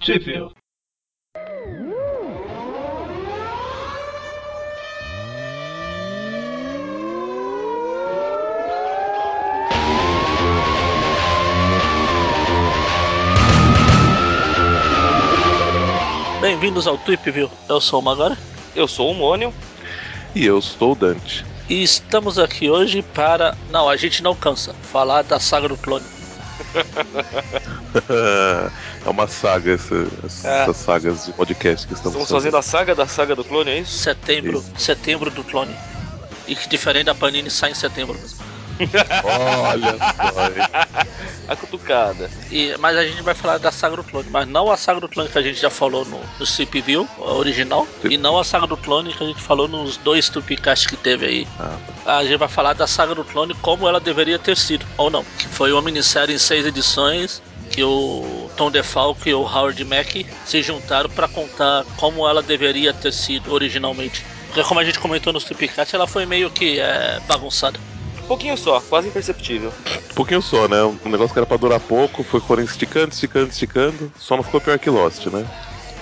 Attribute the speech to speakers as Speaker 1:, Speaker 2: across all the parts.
Speaker 1: Civil. Bem-vindos ao Trip View. Eu sou o Magora
Speaker 2: Eu sou o Mônio.
Speaker 3: E eu sou o Dante.
Speaker 1: e estamos aqui hoje para. Não, a gente não cansa. Falar da saga do clone.
Speaker 3: é uma saga essa,
Speaker 2: É.
Speaker 3: essas sagas de podcast que estamos,
Speaker 2: Estamos fazendo a saga da saga do clone, é isso?
Speaker 1: Setembro. Setembro do clone. E que diferente da Panini sai em setembro mesmo.
Speaker 3: Olha só, hein?
Speaker 2: A cutucada.
Speaker 1: E, mas a gente vai falar da saga do clone, mas não a saga do clone que a gente já falou no, no Strip View a original,
Speaker 3: Sim.
Speaker 1: e não a saga do clone que a gente falou nos dois Tripcasts que teve aí.
Speaker 3: Ah,
Speaker 1: A gente vai falar da saga do clone como ela deveria ter sido, ou não. Que foi uma minissérie em seis edições que o Tom DeFalco e o Howard Mack se juntaram para contar como ela deveria ter sido originalmente. Porque como a gente comentou no Tripcast, ela foi meio que é, bagunçada.
Speaker 2: Um pouquinho só, quase imperceptível.
Speaker 3: pouquinho só, né? Um negócio que era pra durar pouco, foi foram esticando, esticando, esticando, só não ficou pior que Lost, né?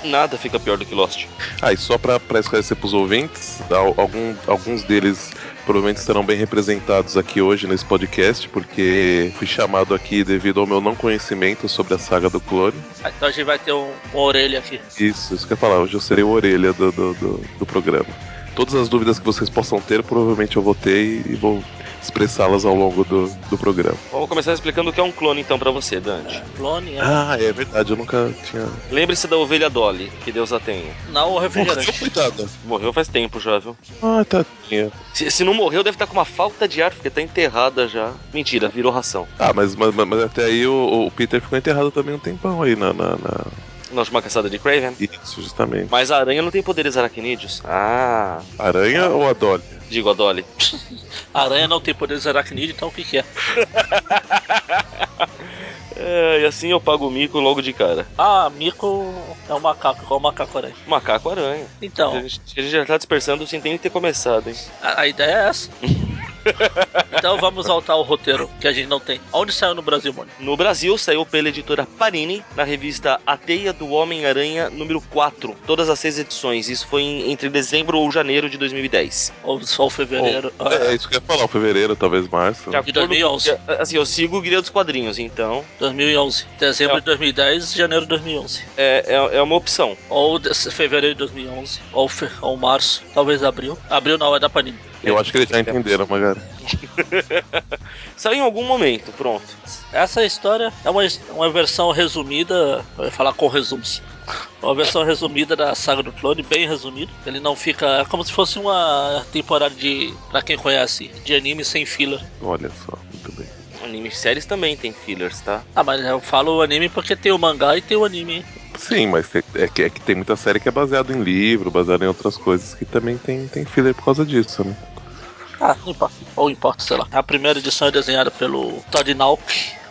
Speaker 2: Nada fica pior do que Lost.
Speaker 3: Ah, e só pra, pra esclarecer pros ouvintes, al- algum- alguns deles provavelmente estarão bem representados aqui hoje nesse podcast, porque fui chamado aqui devido ao meu não conhecimento sobre a saga do clone.
Speaker 1: Então a gente vai ter um, uma orelha aqui.
Speaker 3: Isso, isso que eu ia falar. Hoje eu serei o orelha do, do, do, do programa. Todas as dúvidas que vocês possam ter, provavelmente eu vou ter e, e vou expressá-las ao longo do, do programa.
Speaker 2: Vamos começar explicando o que é um clone então pra você, Dante.
Speaker 1: Clone é.
Speaker 3: Ah, é verdade, eu nunca tinha.
Speaker 2: Lembre-se da ovelha Dolly, que Deus a tenha.
Speaker 1: Não o refrigerante.
Speaker 3: coitada.
Speaker 2: Morreu faz tempo já, viu?
Speaker 3: Ah, tadinha.
Speaker 2: Se, se não morreu, deve estar com uma falta de ar, porque tá enterrada já. Mentira, virou ração.
Speaker 3: Ah, mas, mas, mas- mas até aí o, o Peter ficou enterrado também um tempão aí na. na, na-
Speaker 2: Na última caçada de Craven.
Speaker 3: Isso, justamente.
Speaker 2: Mas a aranha não tem poderes aracnídeos. Ah,
Speaker 3: Aranha ou a Dolly?
Speaker 2: digo a Dolly.
Speaker 1: Aranha não tem poderes aracnídeos, então o que, que é?
Speaker 2: É, e assim eu pago o mico logo de cara.
Speaker 1: Ah, Mico é um macaco, igual o macaco aranha.
Speaker 2: Macaco aranha. A,
Speaker 1: Então,
Speaker 2: gente, a gente já tá dispersando sem nem ter começado, hein?
Speaker 1: a, a ideia é essa. então vamos voltar ao roteiro que a gente não tem. Onde saiu no Brasil, mano?
Speaker 2: No Brasil, saiu pela editora Panini, na revista A Teia do Homem-Aranha número 4, todas as seis edições. Isso foi em- entre dezembro ou janeiro de 2010.
Speaker 1: Ou só o fevereiro?
Speaker 3: É,
Speaker 1: Ah,
Speaker 3: é isso que eu ia falar, fevereiro, talvez março.
Speaker 2: De acordo-
Speaker 1: 2011.
Speaker 2: Assim, eu sigo o Guia dos Quadrinhos, então
Speaker 1: 2011. Dezembro
Speaker 2: É.
Speaker 1: de 2010, janeiro de 2011.
Speaker 2: é, é, é uma opção.
Speaker 1: Ou de- fevereiro de 2011. Ou, fe- ou março. Talvez abril. Abril não é da Panini.
Speaker 3: Eu acho que eles já entenderam, Magari.
Speaker 2: Saiu em algum momento, pronto.
Speaker 1: Essa história é uma, uma versão resumida, eu ia falar com resumos. Uma versão resumida da saga do clone, bem resumida. Ele não fica. É como se fosse uma temporada de. pra quem conhece, de anime sem filler.
Speaker 3: Olha só, muito bem.
Speaker 2: Anime séries também tem fillers, tá?
Speaker 1: Ah, mas eu falo anime porque tem o mangá e tem o anime. hein?
Speaker 3: Sim, mas tem- é que, é que tem muita série que é baseada em livro, baseada em outras coisas que também tem, tem filler por causa disso, né?
Speaker 1: Ah, não importa. Ou importa, sei lá. A primeira edição é desenhada pelo Todd Nauk,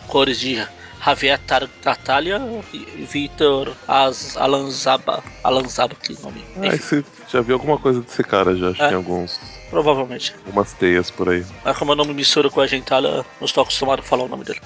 Speaker 1: cores de Javier Tar- Tartaglia e Vitor Az- Alanzaba. Alanzaba, que nome.
Speaker 3: Ah,
Speaker 1: Enfim,
Speaker 3: esse, já vi alguma coisa desse cara já, acho que
Speaker 1: É.
Speaker 3: tem alguns,
Speaker 1: provavelmente.
Speaker 3: algumas teias por aí,
Speaker 1: Mas como é eu não me misturo com a gentalha, né? não estou acostumado a falar o nome dele.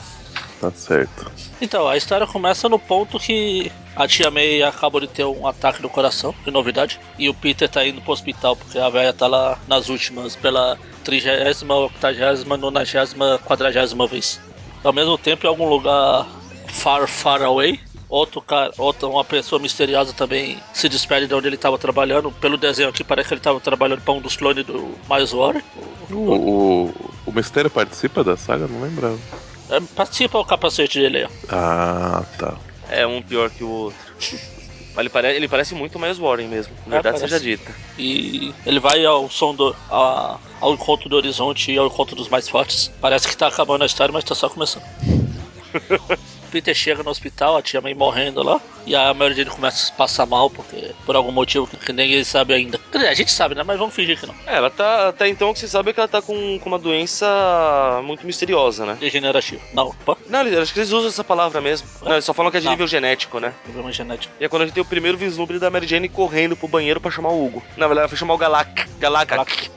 Speaker 3: tá certo.
Speaker 1: Então, a história começa no ponto que a tia May acaba de ter um ataque do coração, que novidade, e o Peter tá indo pro hospital, porque a velha tá lá nas últimas, pela trigésima, octagésima, nonagésima, quadragésima vez. Ao mesmo tempo, em algum lugar far, far away, outro cara, outra, uma pessoa misteriosa também se despede de onde ele estava trabalhando. Pelo desenho aqui, parece que ele estava trabalhando para um dos clones do Miles Warren.
Speaker 3: O, o, o Mistério participa da saga? Não lembrava.
Speaker 1: É, participa o capacete dele aí, ó.
Speaker 3: Ah, tá.
Speaker 2: É um pior que o outro. Mas ele, pare- ele parece muito mais Warren mesmo, verdade
Speaker 1: É, parece.
Speaker 2: seja dita.
Speaker 1: E ele vai ao som do. a- ao encontro do horizonte e ao encontro dos mais fortes. Parece que tá acabando a história, mas tá só começando. Peter chega no hospital, a tia May morrendo lá, e a maioria dele começa a passar mal, porque por algum motivo que nem ele sabe ainda. Quer dizer, a gente sabe, né? Mas vamos fingir que não.
Speaker 2: É, ela tá. Até então o que se sabe é que ela tá com, com uma doença muito misteriosa, né?
Speaker 1: Degenerativo. Não, opa,
Speaker 2: Não, eles- acho que eles usam essa palavra mesmo. Não, eles só falam que é de
Speaker 1: Tá.
Speaker 2: nível genético, né?
Speaker 1: problema genético.
Speaker 2: E é quando a gente tem o primeiro vislumbre da Mary Jane correndo pro banheiro pra chamar o Hugo. Na verdade, ela foi chamar o Galak. Galaka.
Speaker 1: Galak.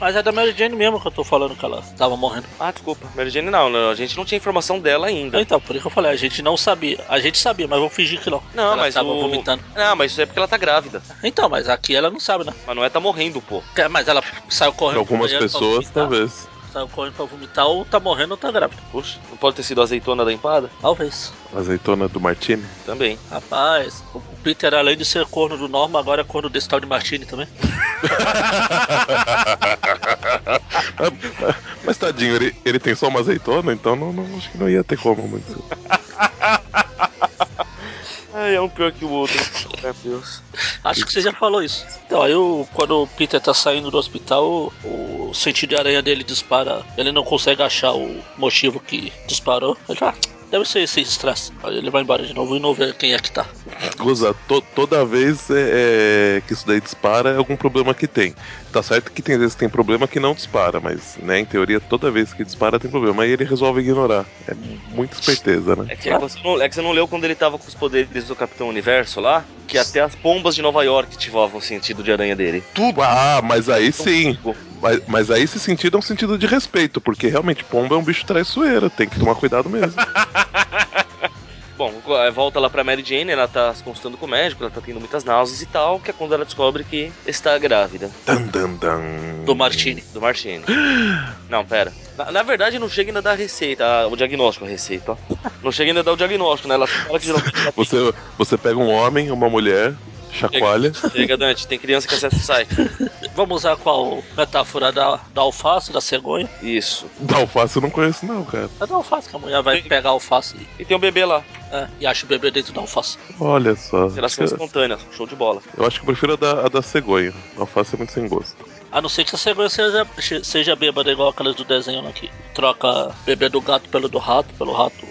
Speaker 1: Mas é da Mary Jane mesmo que eu tô falando que ela tava morrendo.
Speaker 2: Ah, desculpa. Mary Jane não, não, a gente não tinha informação dela ainda.
Speaker 1: Então, por isso que eu falei, a gente não sabia. A gente sabia, mas vamos fingir que não.
Speaker 2: Não,
Speaker 1: ela
Speaker 2: mas
Speaker 1: tava
Speaker 2: o...
Speaker 1: vomitando.
Speaker 2: Não, mas isso é porque ela tá grávida.
Speaker 1: Então, mas aqui ela não sabe, né?
Speaker 2: Mas não é tá morrendo, pô.
Speaker 1: Que- Mas ela saiu
Speaker 3: Pra
Speaker 1: correndo.
Speaker 3: algumas
Speaker 1: pro banheiro pra
Speaker 3: pessoas, tá
Speaker 1: vomitar.
Speaker 3: talvez.
Speaker 1: Saiu correndo pra vomitar, ou tá morrendo ou tá grávida.
Speaker 2: Puxa, não pode ter sido a azeitona da empada?
Speaker 1: Talvez.
Speaker 3: Azeitona do Martini.
Speaker 2: Também.
Speaker 1: Rapaz, o Peter, além de ser corno do Norma, agora é corno desse tal de Martini também.
Speaker 3: Mas tadinho, ele, ele tem só uma azeitona, então não, não- acho que não ia ter como muito.
Speaker 2: É, é um pior que o outro. Meu Deus.
Speaker 1: Acho que você já falou isso. Então, aí o- quando o Peter tá saindo do hospital, o, o sentido de aranha dele dispara. Ele não consegue achar o motivo que disparou. Ele fala, "Ah, deve ser esse estresse. Aí ele vai embora de novo e não vê quem é que tá.
Speaker 3: Goza, to- toda vez é, é, que isso daí dispara é algum problema que tem. Tá certo que tem vezes que tem problema que não dispara, mas né, em teoria toda vez que dispara tem problema. Aí ele resolve ignorar. É muita esperteza, né?
Speaker 2: É que, é que você não, é que você não leu quando ele tava com os poderes do Capitão Universo lá? Que até as pombas de Nova York ativavam o sentido de aranha dele. Tipo,
Speaker 3: Tudo. Ah, mas aí sim. Mas, mas aí esse sentido é um sentido de respeito, porque realmente pomba é um bicho traiçoeiro, tem que tomar cuidado mesmo.
Speaker 2: Bom, eh, volta lá pra Mary Jane, ela tá se consultando com o médico, ela tá tendo muitas náuseas e tal, que é quando ela descobre que está grávida
Speaker 3: dan, dan, dan.
Speaker 1: Do Martini.
Speaker 2: do Martini. Não, pera. Na, na verdade, não chega ainda a dar a receita, a- o diagnóstico, a receita, ó. Não chega ainda a dar o diagnóstico, né? Ela fala que geralmente ela
Speaker 3: Você, você pega um homem, uma mulher, chacoalha.
Speaker 2: chega, Dante, tem criança que acessa o site.
Speaker 1: Vamos usar qual metáfora da, da alface, da cegonha?
Speaker 2: Isso.
Speaker 3: Da alface eu não conheço, não, cara.
Speaker 1: É da alface que a mulher vai pegar a alface e,
Speaker 2: E tem um bebê lá,
Speaker 1: é, e acha o bebê dentro da alface.
Speaker 3: Olha só.
Speaker 2: geração espontânea, show de bola.
Speaker 3: Eu acho que eu prefiro a da, a da cegonha. A alface é muito sem gosto.
Speaker 1: A não ser que a cegonha seja, seja bêbada igual aquelas do desenho lá que troca bebê do gato pelo do rato, pelo rato.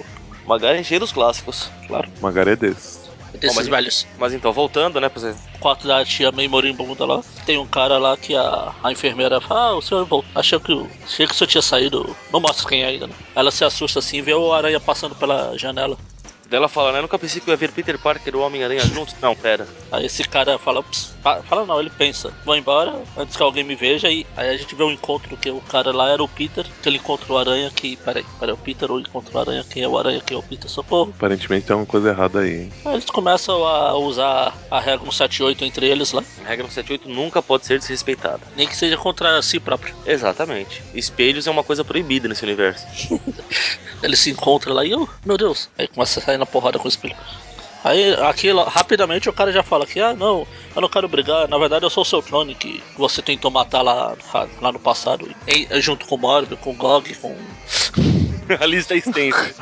Speaker 2: Magari é cheio dos clássicos.
Speaker 1: Claro,
Speaker 3: Uma é desse.
Speaker 1: desses
Speaker 2: mas-
Speaker 1: velhos.
Speaker 2: Mas então, voltando, né, pra você...
Speaker 1: quarto da tia meio moribunda lá. Tem um cara lá que a, a enfermeira fala: Ah, o senhor voltou. Achei que, o- achei que o senhor tinha saído. Não mostra quem é ainda, né? Ela se assusta assim, vê o aranha passando pela janela.
Speaker 2: Dela fala, né, nunca pensei que eu ia ver Peter Parker e o Homem-Aranha juntos. Não, pera.
Speaker 1: Aí esse cara fala: "Ps", fa- Fala não, ele pensa: Vou embora antes que alguém me veja. E aí a gente vê um encontro que o cara lá era o Peter, que ele encontrou o aranha que. Peraí, peraí, o Peter ou encontrou o aranha? Quem é o aranha? Quem é o Peter? Socorro.
Speaker 3: Aparentemente tem alguma coisa errada aí, hein?
Speaker 1: Aí eles começam a usar a regra 178 entre eles lá,
Speaker 2: A regra 78 nunca pode ser desrespeitada.
Speaker 1: nem que seja contra si próprio.
Speaker 2: Exatamente. Espelhos é uma coisa proibida nesse universo.
Speaker 1: Ele se encontra lá e eu, meu Deus, aí começa a sair na porrada com o espelho. Aí aqui lá, rapidamente o cara já fala que, ah não, eu não quero brigar, na verdade eu sou o seu clone que você tentou matar lá, lá no passado, em- junto com o Morb, com o Gog, com.
Speaker 2: a lista é extensa.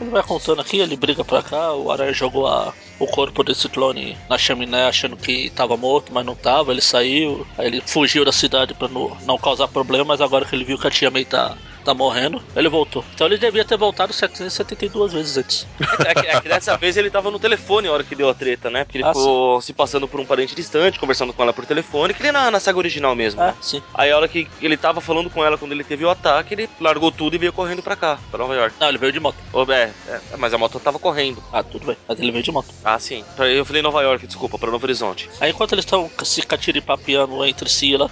Speaker 1: Ele vai contando aqui, ele briga pra cá, o Aranha jogou a- o corpo desse clone na chaminé achando que tava morto, mas não tava, ele saiu, aí ele fugiu da cidade pra não, não causar problemas, agora que ele viu que a tia May tá, tá morrendo, ele voltou. Então ele devia ter voltado 772 vezes antes.
Speaker 2: É que, é que dessa vez ele tava no telefone a hora que deu a treta, né? Porque ele
Speaker 1: Ah,
Speaker 2: ficou se passando por um parente distante, conversando com ela por telefone, que nem na, na saga original mesmo,
Speaker 1: Ah,
Speaker 2: né?
Speaker 1: sim.
Speaker 2: Aí a hora que ele tava falando com ela quando ele teve o ataque, ele largou tudo e veio correndo pra cá, pra Nova York.
Speaker 1: Não, ele veio de moto.
Speaker 2: Ô, é, é, mas a moto tava correndo.
Speaker 1: Ah, tudo bem. Mas ele veio de moto.
Speaker 2: Ah, sim. Pra- Eu falei Nova York, desculpa, pra Novo Horizonte.
Speaker 1: Aí enquanto eles estão se catiripapeando entre si lá,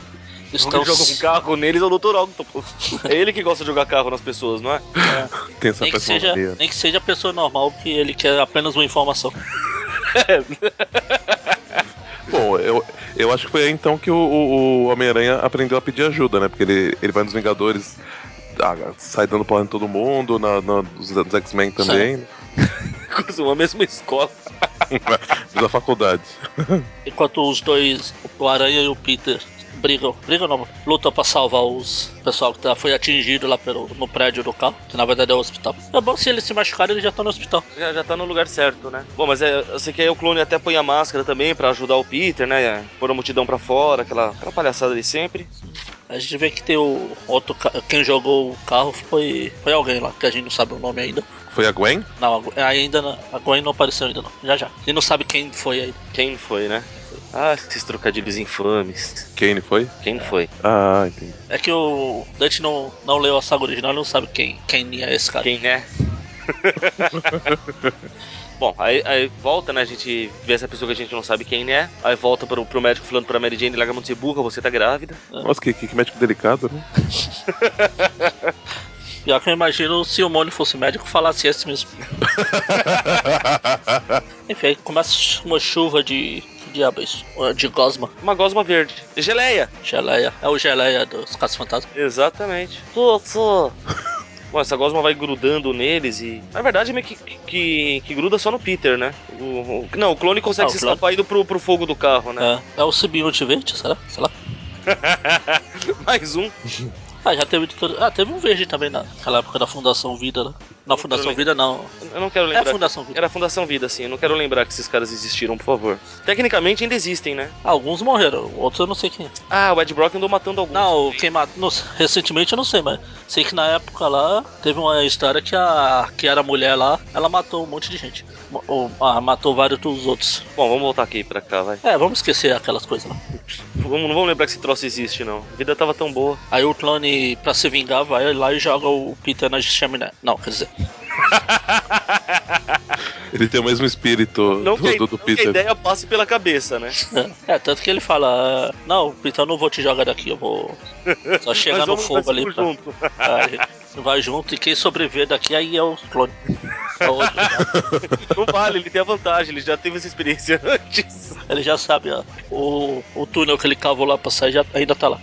Speaker 1: estão.
Speaker 2: Então, joga um carro neles é o Dr. Octopus. É ele que gosta de jogar carro nas pessoas, não é?
Speaker 3: Tem essa
Speaker 1: Nem que,
Speaker 3: pessoa
Speaker 1: seja, nem que seja a pessoa normal, que ele quer apenas uma informação.
Speaker 2: É,
Speaker 3: Bom, eu, eu acho que foi aí então que o, o- o Homem-Aranha aprendeu a pedir ajuda, né? Porque ele, ele vai nos Vingadores, ah, sai dando porra em todo mundo, na, na, nos, nos X-Men também,
Speaker 2: Cruzou a mesma escola.
Speaker 3: da faculdade.
Speaker 1: Enquanto os dois, o Aranha e o Peter, brigam, brigam não, lutam pra salvar os pessoal que tá, foi atingido lá pelo, no prédio do carro, que na verdade é o hospital. É bom se eles se machucarem, eles já estão no hospital.
Speaker 2: Já, já tá no lugar certo, né? Bom, mas é, eu sei que aí o clone até põe a máscara também pra ajudar o Peter, né? Pôr a multidão pra fora, aquela, aquela palhaçada de sempre.
Speaker 1: A gente vê que tem o outro. ca- Quem jogou o carro foi, foi alguém lá, que a gente não sabe o nome ainda.
Speaker 3: Foi a Gwen?
Speaker 1: Não, a Gwen- ainda não, a Gwen não apareceu ainda não. Já já. E não sabe quem foi aí.
Speaker 2: Quem foi, né? Ah, esses trocadilhos infames.
Speaker 3: Kane foi?
Speaker 2: Quem foi?
Speaker 3: Ah, entendi.
Speaker 1: É que o Dante não, não leu a saga original e não sabe quem, quem é esse cara.
Speaker 2: Quem é? Bom, aí, aí volta, né? A gente vê essa pessoa que a gente não sabe quem é. Aí volta pro, pro médico falando pra Mary Jane, larga a mão de ser burra, você tá grávida.
Speaker 3: Nossa, que, que, que médico delicado, né?
Speaker 1: Pior que eu imagino se o Mônio fosse médico falasse esse mesmo. Enfim, aí começa uma chuva de. Que diabo é isso? De gosma.
Speaker 2: Uma gosma verde. Geleia!
Speaker 1: Geleia. É o geleia dos caças fantasmas.
Speaker 2: Exatamente. Nossa! Bom, essa gosma vai grudando neles e. Na verdade, meio que, que, que gruda só no Peter, né? O, o- não, o clone consegue
Speaker 1: Ah, o
Speaker 2: se
Speaker 1: clone.
Speaker 2: escapar indo pro, pro fogo do carro, né?
Speaker 1: É, é o simbionte verde, será? Sei lá. É.
Speaker 2: Mais um.
Speaker 1: Ah, já teve de todo. Ah, teve um verde também na- naquela época da Fundação Vida, né? Na Fundação Vida não.
Speaker 2: Eu não quero
Speaker 1: É a
Speaker 2: lembrar.
Speaker 1: Fundação Vida.
Speaker 2: Era a Fundação Vida, assim. Eu não quero lembrar que esses caras existiram, por favor. Tecnicamente ainda existem, né?
Speaker 1: Alguns morreram, outros eu não sei quem. é.
Speaker 2: Ah, o Ed Brock andou matando alguns.
Speaker 1: Não, quem matou. não, Recentemente eu não sei, mas sei que na época lá teve uma história que a que era mulher lá, ela matou um monte de gente. Mo- Ou, ah, matou vários dos outros.
Speaker 2: Bom, vamos voltar aqui pra cá, vai.
Speaker 1: É, vamos esquecer aquelas coisas lá.
Speaker 2: Vamos, não vamos lembrar que esse troço existe, não. A vida tava tão boa.
Speaker 1: Aí o clone, pra se vingar, vai lá e joga o Peter na chaminé. Não, quer dizer,
Speaker 3: Ele tem o mesmo espírito
Speaker 2: Não,
Speaker 3: do,
Speaker 2: que, a-
Speaker 3: do- do
Speaker 2: não que a
Speaker 3: Peter.
Speaker 2: ideia passe pela cabeça, né?
Speaker 1: É, tanto que ele fala: "Ah, Não, Peter, eu não vou te jogar daqui, eu vou. Só chegar
Speaker 2: Mas
Speaker 1: no
Speaker 2: vamos- um
Speaker 1: fogo
Speaker 2: mas
Speaker 1: ali.
Speaker 2: vamos
Speaker 1: Pra...
Speaker 2: junto.
Speaker 1: Ah, gente, vai junto e quem sobreviver daqui aí é o clone. É o outro.
Speaker 2: Não vale, ele tem a vantagem, ele já teve essa experiência antes.
Speaker 1: Ele já sabe, ó, o, o túnel que ele cavou lá pra sair já, ainda tá lá.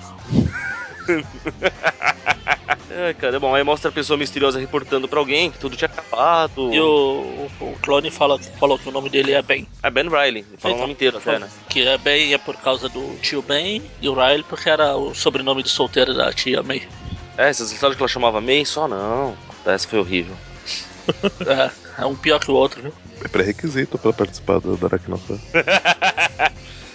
Speaker 2: É, cara, bom, aí mostra a pessoa misteriosa reportando pra alguém que tudo tinha acabado.
Speaker 1: E o, o clone fala, falou que o nome dele é Ben.
Speaker 2: É Ben Riley, ele fala o
Speaker 1: Então,
Speaker 2: nome inteiro até, né?
Speaker 1: Que é Ben é por causa do tio Ben e o Riley porque era o sobrenome de solteira da tia May.
Speaker 2: É, vocês sabem que ela chamava May? Só não. Tá, Essa foi horrível.
Speaker 1: É, é um pior que o outro, viu?
Speaker 3: É pré-requisito pra participar da, da Aracnofan.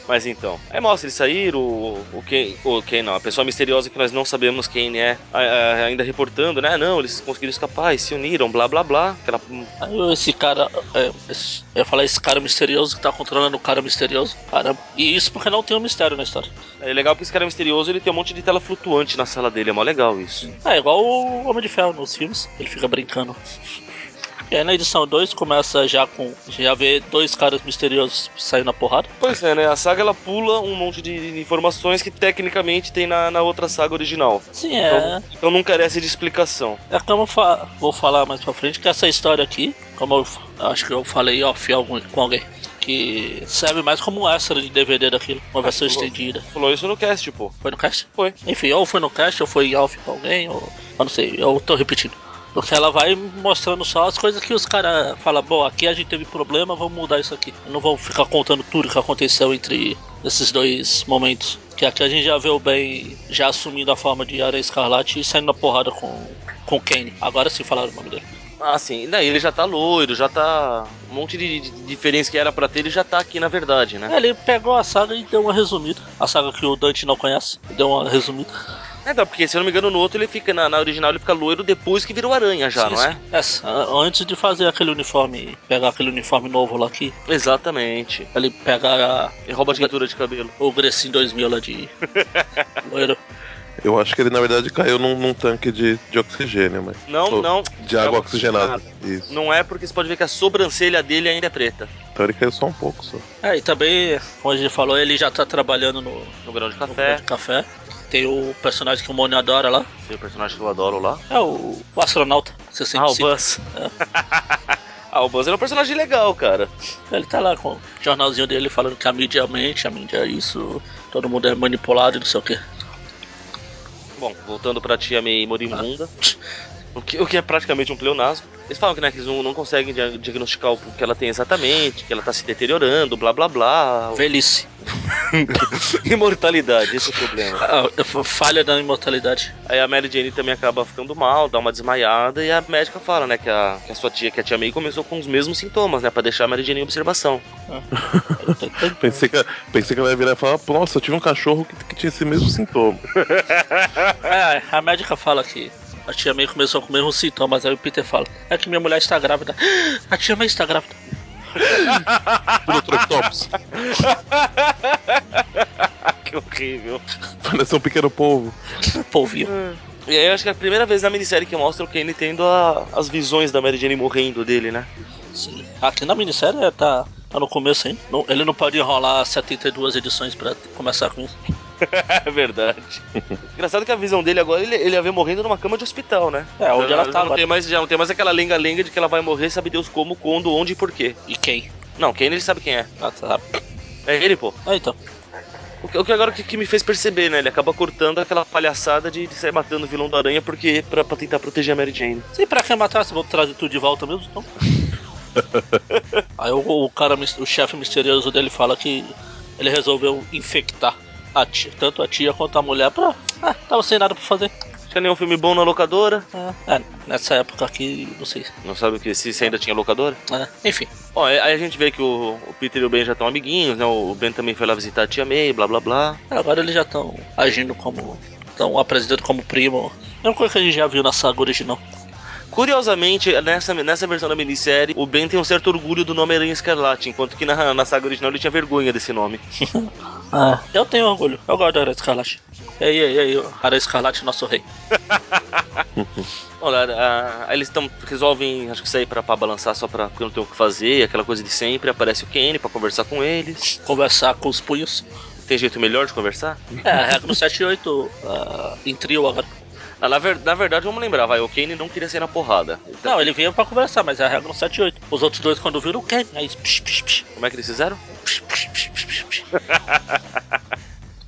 Speaker 2: Mas então, aí mostra eles saíram, o, o quem, o quem não, a pessoa misteriosa que nós não sabemos quem é, a- a- ainda reportando, né? Não, eles conseguiram escapar e se uniram, blá blá blá. Aquela,
Speaker 1: Aí esse cara. É, esse- eu ia falar esse cara misterioso que tá controlando o cara misterioso. Caramba. E isso porque não tem um mistério na história.
Speaker 2: é legal porque esse cara misterioso ele tem um monte de tela flutuante na sala dele, é mó legal isso.
Speaker 1: É igual o Homem de Ferro nos filmes, ele fica brincando. E aí na edição 2 começa já com. Já vê dois caras misteriosos saindo na porrada.
Speaker 2: Pois é, né? A saga ela pula um monte de informações que tecnicamente tem na, na outra saga original.
Speaker 1: Sim, é.
Speaker 2: Então não carece de explicação.
Speaker 1: É como eu fa- vou falar mais pra frente que essa história aqui, como eu f- acho que eu falei off algum- com alguém, que serve mais como um extra de DVD daquilo, uma versão
Speaker 2: louco.
Speaker 1: estendida.
Speaker 2: Falou isso no cast, pô.
Speaker 1: Foi no cast?
Speaker 2: Foi.
Speaker 1: Enfim, ou foi no cast, ou foi em off com alguém, ou. Eu não sei, eu tô repetindo. Porque ela vai mostrando só as coisas que os caras falam, bom, aqui a gente teve problema, vamos mudar isso aqui. Eu não vou ficar contando tudo que aconteceu entre esses dois momentos. Que aqui a gente já vê o Ben já assumindo a forma de Aranha Escarlate e saindo na porrada com, com o Kane. Agora sim falaram o nome dele.
Speaker 2: Ah, sim. E Daí ele já tá loiro, já tá. Um monte de, de diferença que era pra ter, ele já tá aqui na verdade, né?
Speaker 1: É, Ele pegou a saga e deu uma resumida. A saga que o Dante não conhece, deu uma resumida.
Speaker 2: É, tá, porque se eu não me engano, no outro ele fica, na, na original ele fica loiro depois que virou aranha já,
Speaker 1: Sim,
Speaker 2: não é?
Speaker 1: sim. Essa, antes de fazer aquele uniforme, pegar aquele uniforme novo lá aqui,
Speaker 2: Exatamente.
Speaker 1: ele pega a-
Speaker 2: E rouba a tintura de cabelo.
Speaker 1: o Grecin 2000 lá de loiro.
Speaker 3: Eu acho que ele, na verdade, caiu num, num tanque de, de oxigênio, mas.
Speaker 2: Não,
Speaker 3: Oh,
Speaker 2: não.
Speaker 3: De água
Speaker 2: Água
Speaker 3: oxigenada. Isso.
Speaker 2: Não é porque você pode ver que a sobrancelha dele ainda é preta.
Speaker 3: Então ele caiu só um pouco só.
Speaker 1: É, e também, como a gente falou, ele já tá trabalhando no, no
Speaker 2: No grão de
Speaker 1: Grão
Speaker 2: café,
Speaker 1: de café. Tem o personagem que o Mônio adora lá.
Speaker 2: seu personagem que eu adoro lá.
Speaker 1: É o, o astronauta
Speaker 2: Ah, o
Speaker 1: 65.
Speaker 2: Buzz. ah, o Buzz era um personagem legal, cara.
Speaker 1: ele tá lá com o jornalzinho dele falando que a mídia mente, a mídia é isso, todo mundo é manipulado e não sei o quê.
Speaker 2: Bom, voltando pra tia May moribunda. O que, o que é praticamente um pleonasmo. Eles falam que, né, que eles não, não conseguem dia- diagnosticar o que ela tem exatamente, que ela tá se deteriorando, blá blá blá.
Speaker 1: Velhice.
Speaker 2: Imortalidade, esse é o problema.
Speaker 1: Ah, f- falha da imortalidade.
Speaker 2: Aí a Mary Jane também acaba ficando mal, dá uma desmaiada, e a médica fala, né, que a, que a sua tia, que a tia May, começou com os mesmos sintomas, né, pra deixar a Mary Jane em observação.
Speaker 3: Pensei que, pensei que ela ia virar e falar: Nossa, eu tive um cachorro que, que tinha esse mesmo sintoma.
Speaker 1: É, a médica fala que a tia May começou com o mesmo sintoma, mas aí o Peter fala: É que minha mulher está grávida. A tia May está grávida.
Speaker 3: Dr. Octopus.
Speaker 2: que horrível.
Speaker 3: Parece um pequeno povo.
Speaker 1: Tá, Polvinho.
Speaker 2: E aí eu acho que é a primeira vez na minissérie que mostra o Kenny tendo a- as visões da Mary Jane morrendo dele, né?
Speaker 1: Sim. Aqui na minissérie é, tá, tá no começo ainda. Não- ele não pode enrolar 72 edições pra começar com isso.
Speaker 2: É verdade. Engraçado que a visão dele agora, ele, ele a vê morrendo numa cama de hospital, né?
Speaker 1: É, onde ela
Speaker 2: já
Speaker 1: tá
Speaker 2: não
Speaker 1: agora.
Speaker 2: tem mais Já não tem mais aquela lenga-lenga de que ela vai morrer, sabe Deus como, quando, onde e por quê.
Speaker 1: E quem?
Speaker 2: Não, Kenny ele sabe quem é.
Speaker 1: Ah, tá.
Speaker 2: É ele, pô.
Speaker 1: Ah, então.
Speaker 2: O que, o que agora que, que me fez perceber, né? Ele acaba cortando aquela palhaçada de, de sair matando o vilão da aranha porque pra, pra tentar proteger a Mary Jane.
Speaker 1: E pra quem matar, se vou trazer tudo de volta mesmo, então. Aí o, o cara, mis- o chefe misterioso dele fala que ele resolveu infectar a tia, tanto a tia quanto a mulher pra. Ah, tava sem nada pra fazer.
Speaker 2: Tinha nenhum é um filme bom na locadora?
Speaker 1: É, é, nessa época aqui, não sei.
Speaker 2: Não sabe o que, se, se ainda tinha locadora?
Speaker 1: É, enfim.
Speaker 2: Ó, aí aí a gente vê que o, o Peter e o Ben já estão amiguinhos, né? O Ben também foi lá visitar a tia May, blá blá blá.
Speaker 1: Agora eles já estão agindo como. estão apresentando como primo. É uma coisa que a gente já viu na saga original.
Speaker 2: Curiosamente, nessa, nessa versão da minissérie, o Ben tem um certo orgulho do nome Aranha Escarlate, enquanto que na, na saga original ele tinha vergonha desse nome.
Speaker 1: Ah, eu tenho orgulho, eu gosto da Aranha Escarlate. E aí, e aí, Aranha Escarlate, nosso rei.
Speaker 2: Olha, a- aí eles tão, resolvem, acho que sair pra, pra balançar só pra porque não tem o que fazer, aquela coisa de sempre. Aparece o Kenny pra conversar com eles.
Speaker 1: Conversar com os punhos.
Speaker 2: Tem jeito melhor de conversar?
Speaker 1: É, a regra no 7 e 8 ah, em trio agora.
Speaker 2: Ah, na, ver- na verdade, vamos lembrar, vai, o Kenny não queria sair na porrada. Então,
Speaker 1: Não, ele veio pra conversar, mas é a regra no 7 e 8. Os outros dois, quando viram, quem? Aí. Psh, psh, psh,
Speaker 2: como é que eles fizeram?
Speaker 1: psh, psh, psh, psh, psh.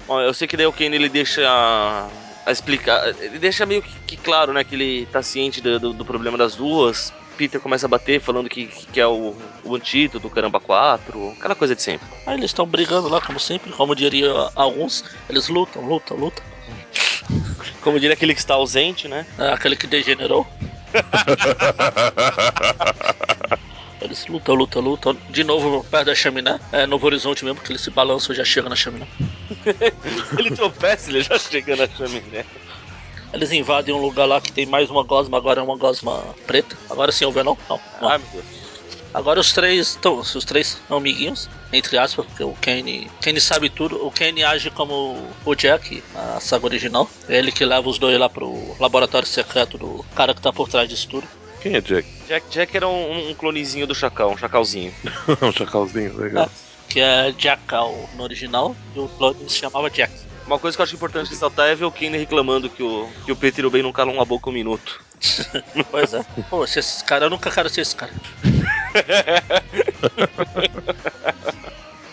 Speaker 2: Ó, eu sei que daí o Kenny ele deixa a, a explicar. Ele deixa meio que, que claro, né? Que ele tá ciente do, do- do problema das duas. Peter começa a bater falando que, que é o, o antídoto do Caramba 4, aquela coisa de sempre.
Speaker 1: Aí eles estão brigando lá, como sempre, como diria alguns. Eles lutam, lutam, lutam.
Speaker 2: Como diria aquele que está ausente, né?
Speaker 1: É, aquele que degenerou. Eles lutam, lutam, lutam. De novo, perto da chaminé. É Novo Horizonte mesmo, que eles se balançam e já chega na chaminé.
Speaker 2: Ele tropeça, ele já chega na chaminé.
Speaker 1: Eles invadem um lugar lá que tem mais uma gosma, agora é uma gosma preta. Agora sim, o Venom? Não. não.
Speaker 2: Ah, meu Deus.
Speaker 1: Agora os três estão. Os três são amiguinhos, entre aspas, porque o Kenny. Kenny sabe tudo. O Kenny age como o Jack, na saga original. É ele que leva os dois lá pro laboratório secreto do cara que tá por trás disso tudo.
Speaker 3: Quem é Jack?
Speaker 2: Jack, Jack era um, um clonezinho do Chacal, um Chacalzinho.
Speaker 3: um chacalzinho, legal.
Speaker 1: Que é Jackal no original, e o Claudio se chamava Jack.
Speaker 2: Uma coisa que eu acho importante ressaltar é ver o Kenny reclamando que o, que o Peter e o Ben não calam a boca um minuto.
Speaker 1: Pois é. Pô, se esses caras, eu nunca quero ser esse cara.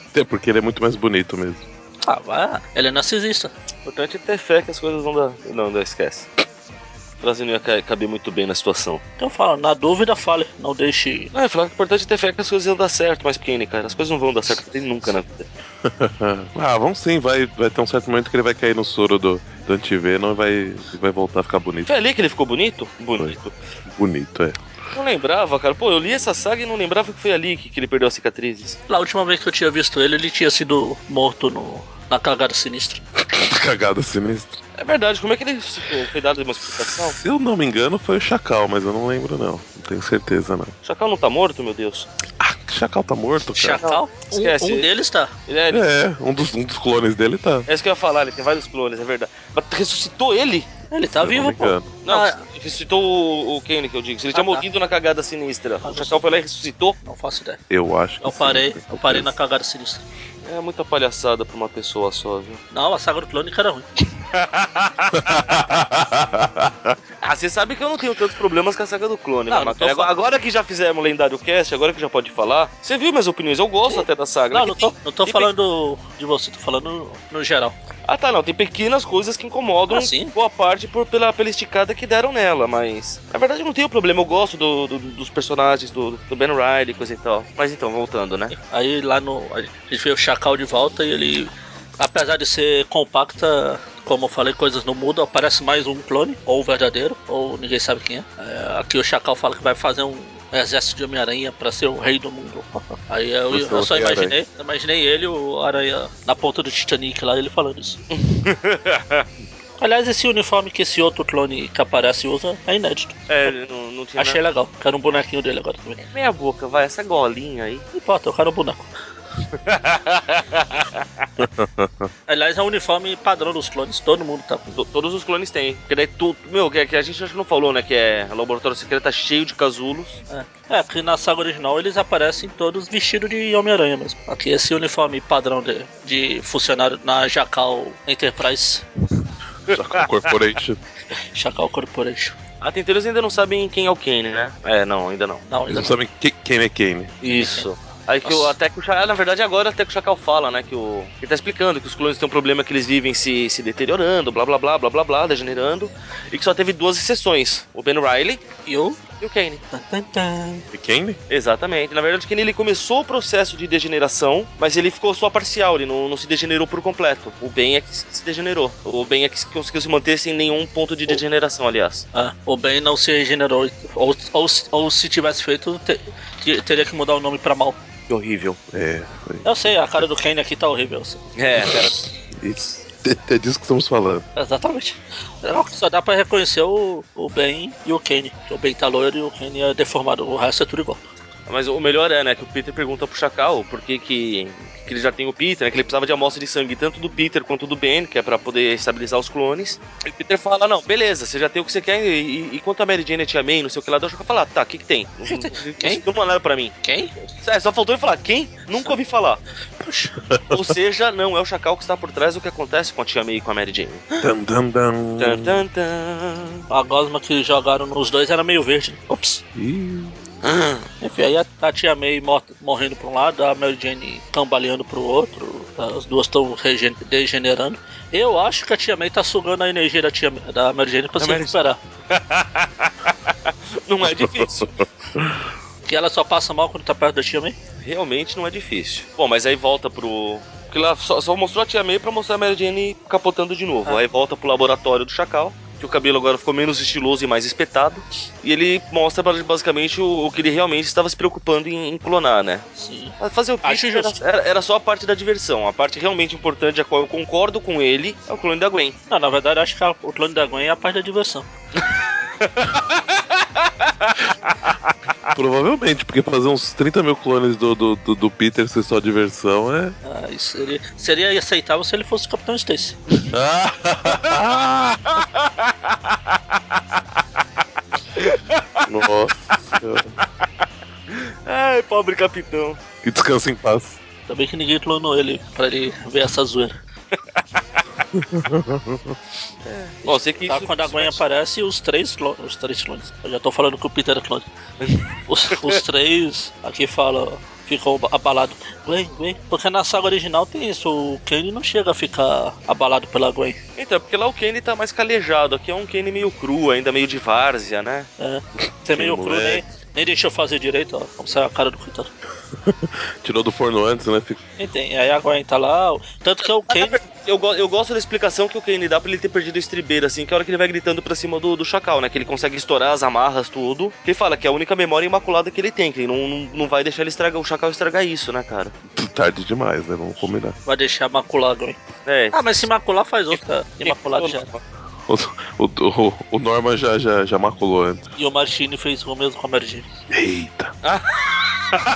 Speaker 3: Até porque ele é muito mais bonito mesmo.
Speaker 1: Ah, vai. Ele é narcisista.
Speaker 2: importante é ter fé que as coisas vão dar. Não, não esquece. A frase não ia ca- caber muito bem na situação.
Speaker 1: Então fala, na dúvida, fale. Não deixe.
Speaker 2: Não, eu falava que o importante é ter fé que as coisas iam dar certo, mas Kenny, cara, as coisas não vão dar certo pra ele nunca na vida.
Speaker 3: ah, vamos sim, vai, vai ter um certo momento que ele vai cair no soro do, do anti-venom e vai, vai voltar a ficar bonito.
Speaker 2: Foi ali que ele ficou bonito? Bonito.
Speaker 3: Bonito, é.
Speaker 2: Não lembrava, cara. Pô, eu li essa saga e não lembrava que foi ali que, que ele perdeu as cicatrizes.
Speaker 1: Lá, a última vez que eu tinha visto ele, ele tinha sido morto no, na cagada sinistra.
Speaker 3: Cagada sinistra.
Speaker 2: É verdade, como é que ele tipo, foi dado uma explicação?
Speaker 3: Se eu não me engano, foi o Chacal, mas eu não lembro, não. Não tenho certeza, não.
Speaker 2: Chacal não tá morto, meu Deus.
Speaker 3: Ah, o Chacal tá morto, cara.
Speaker 1: Chacal?
Speaker 2: Esquece.
Speaker 1: Um, um deles tá.
Speaker 2: Ele é,
Speaker 3: É, um dos, um dos clones dele tá.
Speaker 2: é isso que eu ia falar, ele tem vários clones, é verdade. Mas ressuscitou ele?
Speaker 1: Ele tá
Speaker 3: Se eu não
Speaker 1: vivo,
Speaker 3: me
Speaker 1: pô.
Speaker 3: engano.
Speaker 2: Não,
Speaker 1: Ah.
Speaker 2: ressuscitou o, o Kenny, que eu digo. Se ele tinha
Speaker 1: Ah, tá.
Speaker 2: morrido na cagada sinistra,
Speaker 1: Ah,
Speaker 2: o Chacal foi lá e ressuscitou.
Speaker 1: Não faço ideia.
Speaker 3: Eu acho que
Speaker 1: Eu
Speaker 3: sim,
Speaker 1: parei,
Speaker 3: com
Speaker 1: eu parei
Speaker 3: certeza.
Speaker 1: na cagada sinistra.
Speaker 2: É muita palhaçada pra uma pessoa só, viu?
Speaker 1: Não, a saga do clônica era ruim.
Speaker 2: Ah, você sabe que eu não tenho tantos problemas com a saga do clone,
Speaker 1: Não,
Speaker 2: né,
Speaker 1: não
Speaker 2: Macaé?
Speaker 1: tô
Speaker 2: agora,
Speaker 1: falando.
Speaker 2: agora que já fizemos o lendário cast, agora que já pode falar, você viu minhas opiniões, eu gosto até da saga.
Speaker 1: Não,
Speaker 2: né?
Speaker 1: não
Speaker 2: Que
Speaker 1: tô,
Speaker 2: tem-
Speaker 1: não tô
Speaker 2: tem
Speaker 1: falando de você, tô falando no geral.
Speaker 2: pe- Ah, tá, não, tem pequenas coisas que incomodam
Speaker 1: Ah, sim.
Speaker 2: boa parte por, pela, pela esticada que deram nela, mas... Na verdade, eu não tenho problema, eu gosto do- do- dos personagens, do, do Ben Riley, coisa e tal. Mas então, voltando, né?
Speaker 1: Aí lá no. A gente vê o Chacal de volta e ele. Apesar de ser compacta, como eu falei, coisas não mudam, aparece mais um clone, ou o verdadeiro, ou ninguém sabe quem é. É, Aqui o Chacal fala que vai fazer um exército de Homem-Aranha pra ser o rei do mundo. Aí eu,
Speaker 3: Você é
Speaker 1: eu
Speaker 3: o
Speaker 1: só
Speaker 3: rei aranha.
Speaker 1: imaginei, imaginei ele, o Aranha, na ponta do Titanic lá, ele falando isso. Aliás, esse uniforme que esse outro clone que aparece usa é inédito.
Speaker 2: É, não, não tinha
Speaker 1: Achei legal, quero um bonequinho dele agora também.
Speaker 2: nada. Meia boca, vai, essa golinha aí.
Speaker 1: Não importa, eu quero um boneco. Aliás, é o uniforme padrão dos clones, todo mundo tá com.
Speaker 2: To- Todos os clones têm. Porque daí tu, meu, que, que a gente acho que não falou, né? Que é laboratório secreto tá cheio de casulos.
Speaker 1: É, porque na saga original eles aparecem todos vestidos de Homem-Aranha mesmo. Aqui esse uniforme padrão de, de funcionário na Jacal Enterprise,
Speaker 3: Jacal Corporation.
Speaker 1: Jacal Corporation.
Speaker 2: Até então eles ainda não sabem quem é o Kane, né? É, não, ainda não.
Speaker 1: Não,
Speaker 3: Eles
Speaker 1: ainda
Speaker 3: não
Speaker 1: não.
Speaker 3: sabem que- quem é quem.
Speaker 2: Isso. Aí que o,
Speaker 1: Nossa.
Speaker 2: até que o Chacal, ah, na verdade agora até que o Chacal fala, né, que o ele tá explicando que os clones têm um problema que eles vivem se, se deteriorando, blá blá blá blá blá blá, degenerando, e que só teve duas exceções, o Ben Riley
Speaker 1: E o.
Speaker 2: e o Kane.
Speaker 1: tan, tan, tan.
Speaker 3: E quem?
Speaker 2: Exatamente. Na verdade, o Kane ele começou o processo de degeneração, mas ele ficou só parcial, ele não, não se degenerou por completo. O Ben é que se se degenerou. O Ben é que se- conseguiu se manter sem nenhum ponto de degeneração, aliás.
Speaker 1: Ah, o Ben não se regenerou. Ou, ou, ou se tivesse feito, te- te- teria que mudar o nome pra mal.
Speaker 2: Que horrível.
Speaker 3: É.
Speaker 1: Eu sei, a cara do Kane aqui tá horrível. eu sei.
Speaker 2: É, cara.
Speaker 3: Isso. É disso que estamos falando.
Speaker 1: Exatamente. Não, Só dá pra reconhecer o, o Ben e o Kane. que O Ben tá loiro e o Kane é deformado. O resto é tudo igual.
Speaker 2: Mas o melhor é, né, que o Peter pergunta pro Chacal por que que, que ele já tem o Peter, né, que ele precisava de amostra de sangue tanto do Peter quanto do Ben, que é pra poder estabilizar os clones. E o Peter fala, não, beleza, você já tem o que você quer, e, e- e quanto a Mary Jane tinha May, não sei o que lá, daí o Chacal fala, tá, o que que tem? Não, não,
Speaker 1: Quem?
Speaker 2: não mandaram pra mim.
Speaker 1: Quem?
Speaker 2: É, só faltou ele falar, quem? Nunca ouvi falar.
Speaker 1: Poxa.
Speaker 2: Ou seja, não é o Chacal que está por trás do que acontece com a Tia May e com a Mary Jane.
Speaker 3: Dam, dam, dam.
Speaker 2: Tan, tan, tan.
Speaker 1: A gosma que jogaram nos dois era meio verde. né? Ops.
Speaker 3: Ih,
Speaker 1: Enfim, aí a, a tia May morta- morrendo pra um lado, a Mary Jane cambaleando pro outro. As duas estão degenerando. Eu acho que a tia May tá sugando a energia da, tia, da Mary Jane pra
Speaker 2: Da
Speaker 1: se
Speaker 2: Mary-
Speaker 1: recuperar.
Speaker 2: Não é difícil.
Speaker 1: Que ela só passa mal quando tá perto da tia May.
Speaker 2: Realmente não é difícil. Bom, mas aí volta pro. Porque lá só, só mostrou a tia May pra mostrar a Mary Jane capotando de novo. Aí volta pro laboratório do Chacal, que o cabelo agora ficou menos estiloso e mais espetado. E ele mostra pra- basicamente o, o que ele realmente estava se preocupando em, em clonar, né?
Speaker 1: Sim.
Speaker 2: Mas Fazer o
Speaker 1: Acho
Speaker 2: pitch era,
Speaker 1: justo.
Speaker 2: era- era só a parte da diversão. A parte realmente importante, a qual eu concordo com ele, é o clone da Gwen.
Speaker 1: Não, na verdade, acho que a- o clone da Gwen é a parte da diversão.
Speaker 3: Provavelmente, porque fazer uns 30 mil clones do, do, do, do Peter ser só diversão é.
Speaker 1: Ah, isso seria, seria aceitável se ele fosse o Capitão Stacy.
Speaker 3: Nossa. senhora.
Speaker 2: Ai, pobre capitão.
Speaker 3: E descansa em paz.
Speaker 1: Ainda bem que ninguém clonou ele pra ele ver essa zoeira.
Speaker 2: Bom, sei que
Speaker 1: Tá,
Speaker 2: isso-
Speaker 1: quando a Gwen
Speaker 2: isso-
Speaker 1: aparece, os três clones. Os três clones. Eu já tô falando que o Peter é clone. Os, os três aqui fala ficou abalado. Gwen, Gwen. Porque na saga original tem isso, o Kane não chega a ficar abalado pela Gwen.
Speaker 2: Então, porque lá o Kenny tá mais calejado. Aqui é um Kenny meio cru, ainda meio de várzea, né?
Speaker 1: É. Você
Speaker 3: Que
Speaker 1: meio cru,
Speaker 3: moleque.
Speaker 1: nem, nem deixou fazer direito, ó. Como sai a cara do coitado.
Speaker 3: Tirou do forno antes, né? Fica-
Speaker 1: E tem, aí a Gwen tá lá. o- Tanto que é o Kane.
Speaker 2: Eu, go- eu gosto da explicação que o Kane dá pra ele ter perdido a estribeira, assim, que é a hora que ele vai gritando pra cima do, do Chacal, né? Que ele consegue estourar as amarras, tudo. Que ele fala que é a única memória imaculada que ele tem, que ele não, não, não vai deixar ele estragar, o Chacal estragar isso, né, cara?
Speaker 3: Tarde demais, né? Vamos combinar.
Speaker 1: Vai deixar macular a Gwen.
Speaker 2: É.
Speaker 1: Ah, mas se macular faz outra.
Speaker 2: Ah,
Speaker 1: Imaculado já.
Speaker 3: O, o, o Norman já, já, já maculou antes.
Speaker 1: E o Martini fez o mesmo com a Mary Jane.
Speaker 3: Eita.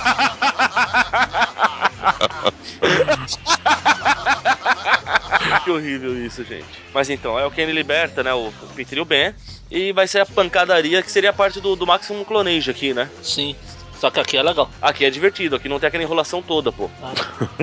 Speaker 2: que horrível isso, gente. Mas então, é o Kane liberta, né? O, o Peter e o Ben. E vai ser a pancadaria, que seria a parte do, do Maximum Clonage aqui, né?
Speaker 1: Sim. Só que aqui é legal.
Speaker 2: Aqui é divertido, aqui não tem aquela enrolação toda, pô.
Speaker 1: Ah.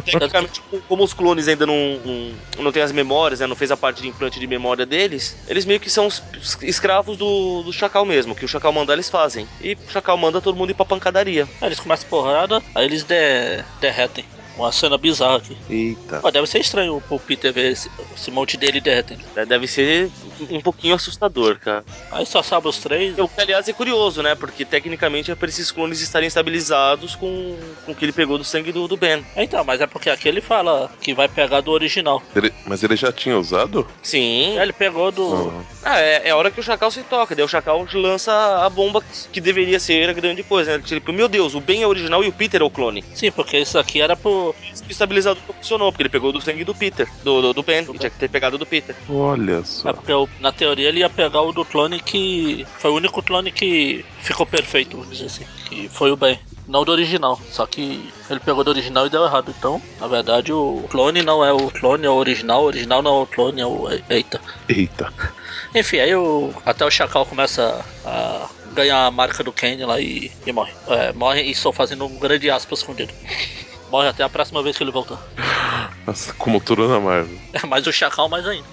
Speaker 2: Tecnicamente, como- como os clones ainda não, não, não tem as memórias, né? Não fez a parte de implante de memória deles, eles meio que são os es- escravos do, do Chacal mesmo, que o Chacal mandar eles fazem. E o Chacal manda todo mundo ir pra pancadaria.
Speaker 1: Aí eles começam a porrada, aí eles de- derretem. Uma cena bizarra aqui.
Speaker 3: Eita.
Speaker 1: Pô, deve ser estranho o Peter ver esse, esse monte dele derretendo.
Speaker 2: Né, Deve ser um pouquinho assustador, cara.
Speaker 1: Aí só sabe os três.
Speaker 2: O que, aliás, é curioso, né? Porque tecnicamente é pra esses clones estarem estabilizados com, com o que ele pegou do sangue do, do Ben.
Speaker 1: Então, mas é porque aqui ele fala que vai pegar do original.
Speaker 3: Ele- mas ele já tinha usado?
Speaker 2: Sim.
Speaker 1: Aí ele pegou do.
Speaker 3: Não.
Speaker 2: É, Ah, é, é a hora que o Chacal se toca, daí o Chacal lança a bomba que deveria ser a grande coisa, né? Tipo, meu Deus, o Ben é original e o Peter é o clone.
Speaker 1: Sim, porque isso aqui era pro.
Speaker 2: O estabilizador não funcionou, porque ele pegou do sangue do Peter, do, do, do Ben,
Speaker 1: Do
Speaker 2: que tinha que ter pegado do Peter.
Speaker 3: Olha
Speaker 1: É
Speaker 3: só.
Speaker 1: porque o- na teoria ele ia pegar o do clone que. Foi o único clone que ficou perfeito, vamos dizer assim. Que foi o bem. Não do original, só que ele pegou do original e deu errado. Então, na verdade, o clone não é o clone, é o original, o original não é o clone, é o. Eita.
Speaker 3: Eita.
Speaker 1: Enfim, aí o, até o Chacal começa a ganhar a marca do Kenny lá e, e morre. É, morre e estou fazendo um grande aspas escondido. Morre até a próxima vez que ele voltar.
Speaker 3: Nossa, como tudo na Marvel.
Speaker 1: É mais o Chacal, mais ainda.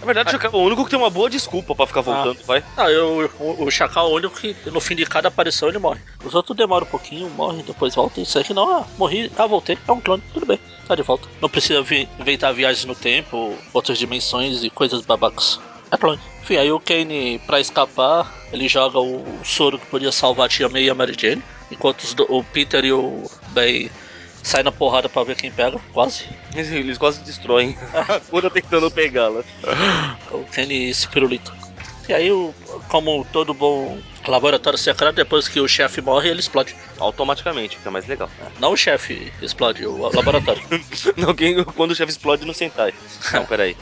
Speaker 2: Na verdade, o Chacal é o único que tem uma boa desculpa pra ficar voltando, vai.
Speaker 1: Ah, eu, o, o Chacal é o único que no fim de cada aparição ele morre. Os outros demoram um pouquinho, morrem, depois voltam. Isso aqui não, ah, morri, ah, voltei, é um clone, tudo bem, tá de volta. Não precisa vi- inventar viagens no tempo, outras dimensões e coisas babacas. É clone. Enfim, aí o Kane, pra escapar, ele joga o, soro que podia salvar a Tia May e a Mary Jane, enquanto os do- o Peter e o Ben saem na porrada pra ver quem pega, quase.
Speaker 2: Eles, eles quase destroem a cura tentando pegá-la.
Speaker 1: o Kenny Spirulito. E aí, o- como todo bom laboratório secreto, depois que o chefe morre, ele explode.
Speaker 2: Automaticamente, fica mais legal.
Speaker 1: Não o chefe explode, o laboratório.
Speaker 2: Não, quem- quando o chefe explode no Sentai. Não, peraí.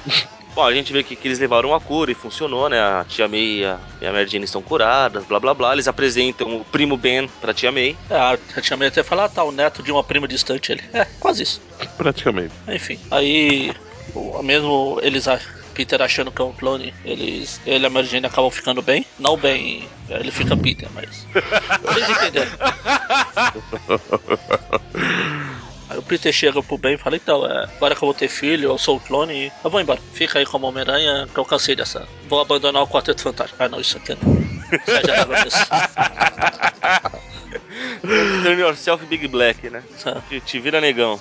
Speaker 2: Bom, a gente vê que, que eles levaram a cura e funcionou, né? A tia May e a, e a Mary Jane estão curadas, blá blá blá. Eles apresentam o primo Ben pra tia May.
Speaker 1: É, a tia May até fala, ah, tá, o neto de uma prima distante ele. É, quase isso.
Speaker 3: Praticamente.
Speaker 1: Enfim, aí, o- mesmo eles ach- Peter achando que é um clone, eles, ele e a Mary Jane acabam ficando bem. Não bem, ele fica Peter, mas. Vocês entenderam. Aí o Peter chega pro Ben e fala: Então, é, agora que eu vou ter filho, eu sou o clone, e eu vou embora. Fica aí como Homem-Aranha, que eu cansei dessa. Vou abandonar o Quarteto Fantástico. Ah, não, isso é aqui não. Sai de água disso.
Speaker 2: Turn yourself Big Black, né?
Speaker 1: Tá.
Speaker 2: Te, te vira negão.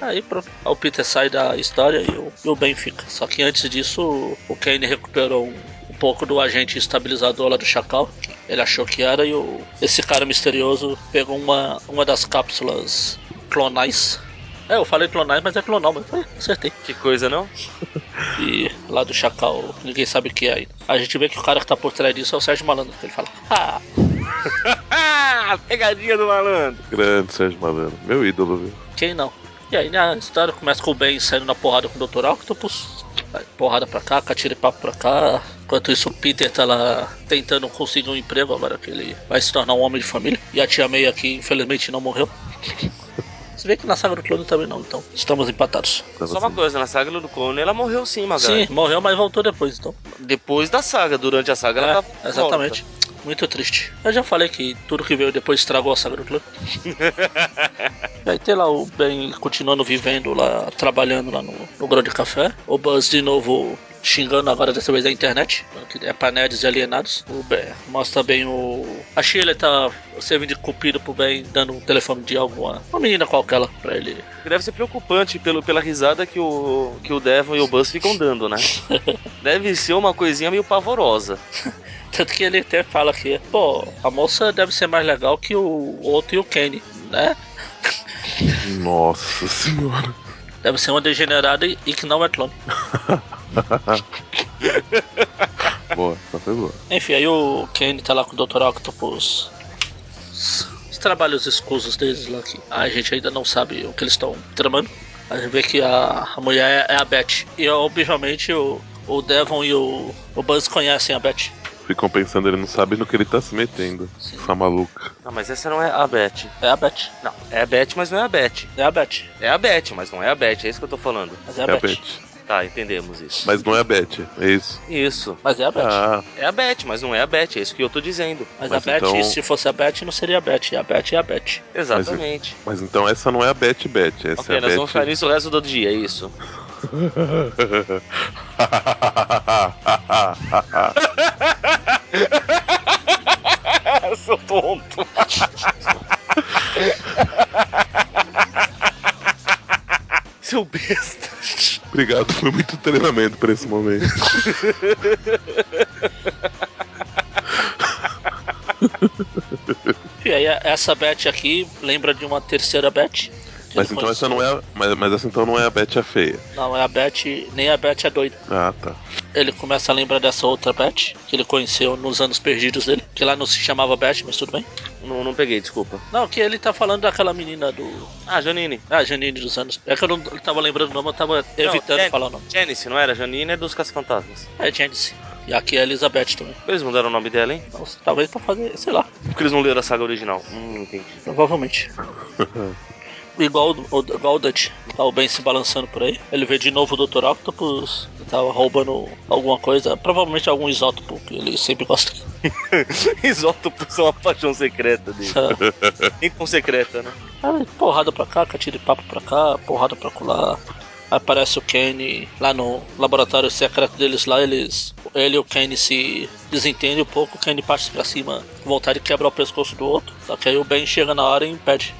Speaker 1: Aí pronto. Aí o Peter sai da história e o, e o Ben fica. Só que antes disso, o Kane recuperou um, um pouco do agente estabilizador lá do Chacal. que Ele achou que era e o, esse cara misterioso pegou uma, uma das cápsulas clonais. É, eu falei clonais, mas é clonal, mas é, acertei.
Speaker 2: Que coisa, não?
Speaker 1: E lá do Chacal, ninguém sabe o que é ainda. A gente vê que o cara que tá por trás disso é o Sérgio Malandro, que ele fala. Ah,
Speaker 2: Ah, pegadinha do malandro.
Speaker 3: Grande Sérgio Malandro. Meu ídolo, viu?
Speaker 1: Quem não? E aí né, a história começa com o Ben saindo na porrada com o Dr. Octopus. Vai Porrada pra cá, catiripapo pra cá. Enquanto isso, o Peter tá lá tentando conseguir um emprego agora que ele vai se tornar um homem de família. E a tia May aqui, infelizmente, não morreu. Se vê que na saga do clone também não, então estamos empatados.
Speaker 3: Tava
Speaker 2: Só uma
Speaker 3: sendo-
Speaker 2: coisa, na saga do clone ela morreu sim, Magali.
Speaker 1: Sim, morreu, mas voltou depois, então.
Speaker 2: Depois da saga, durante a saga ela tá
Speaker 1: É,
Speaker 2: tava
Speaker 1: exatamente. Muito triste. Eu já falei que tudo que veio depois estragou a saga do clã. e aí tem lá o Ben continuando vivendo lá, trabalhando lá no, no Grande Café. O Buzz de novo xingando agora dessa vez a internet, que é pra nerds e alienados. O Ben mostra bem o... A Sheila tá servindo de cupido pro Ben, dando um telefone de alguma... Uma menina qualquer lá pra ele.
Speaker 2: Que Deve ser preocupante pelo, pela risada que o, que o Devon e o Buzz ficam dando, né? Deve ser uma coisinha meio pavorosa.
Speaker 1: Tanto que ele até fala que, pô, a moça deve ser mais legal que o outro e o Kenny, né?
Speaker 3: Nossa senhora.
Speaker 1: Deve ser uma degenerada e e que não é clone.
Speaker 3: Boa, tá foi boa.
Speaker 1: Enfim, aí o Kenny tá lá com o Dr. Octopus. Os trabalhos escusos deles lá que a gente ainda não sabe o que eles estão tramando. A gente vê que a, a mulher é, é a Beth. E obviamente o, o Devon e o, o Buzz conhecem a Beth.
Speaker 3: Ficam pensando, ele não sabe no que ele tá se metendo.
Speaker 1: Sim.
Speaker 3: Essa maluca.
Speaker 2: Ah, mas essa não é a Beth.
Speaker 1: É a Beth.
Speaker 2: Não, é a Beth, mas não é a Beth.
Speaker 1: É a Beth.
Speaker 2: É a Beth, mas não é a Beth, é isso que eu tô falando.
Speaker 1: Mas é a
Speaker 3: É a
Speaker 1: Beth.
Speaker 3: Beth.
Speaker 2: Tá, entendemos isso.
Speaker 3: Mas não é a Beth, é isso.
Speaker 2: Isso.
Speaker 1: Mas é a Beth.
Speaker 3: Ah,
Speaker 2: É a Beth, mas não é a Beth, é isso que eu tô dizendo.
Speaker 1: Mas,
Speaker 3: mas
Speaker 1: a Beth,
Speaker 3: então-
Speaker 1: se fosse a Beth, não seria a Beth. A Beth é a Beth.
Speaker 2: Exatamente.
Speaker 3: mas então essa não é a Beth Beth. Essa
Speaker 2: Ok,
Speaker 3: é a
Speaker 2: nós
Speaker 3: Beth.
Speaker 2: vamos ficar nisso o resto do dia, é isso. Seu tonto. Seu besta.
Speaker 3: Obrigado, foi muito treinamento pra esse momento.
Speaker 1: E aí a- essa Beth aqui lembra de uma terceira Beth. que
Speaker 3: Mas
Speaker 1: ele
Speaker 3: então essa
Speaker 1: conheceu.
Speaker 3: não é a, mas, mas essa então não é a Beth a feia.
Speaker 1: Não, é a Beth, nem a Beth é doida.
Speaker 3: Ah, tá.
Speaker 1: Ele começa a lembrar dessa outra Beth, que ele conheceu nos anos perdidos dele, que lá não se chamava Beth, mas tudo bem.
Speaker 2: Não, não peguei, desculpa.
Speaker 1: Não, que ele tá falando daquela menina do.
Speaker 2: Ah, Janine.
Speaker 1: Ah, Janine dos anos. É que eu não tava lembrando o nome, eu tava evitando
Speaker 2: Jan-
Speaker 1: falar o nome.
Speaker 2: Janice, não era? Janine é dos Caça-Fantasmas.
Speaker 1: É Janice. E aqui é a Elizabeth também.
Speaker 2: Eles mudaram o nome dela, hein?
Speaker 1: Nossa, talvez pra fazer, sei lá,
Speaker 2: Porque eles não leram a saga original. Hum, entendi.
Speaker 1: provavelmente. Igual o, o, igual o Dutch, tá o Ben se balançando por aí. Ele vê de novo o Dr. Octopus, que tava roubando alguma coisa, provavelmente algum isótopo que ele sempre gosta.
Speaker 2: Isótopos são a paixão secreta dele. Nem tão secreta, né?
Speaker 1: Cara, Ah, porrada pra cá, catira de papo pra cá, porrada pra colar. Aparece o Kenny lá no laboratório secreto deles lá, eles. Ele e o Kenny se desentendem um pouco, o Kenny parte pra cima, com vontade de quebrar o pescoço do outro. Só que aí o Ben chega na hora e impede.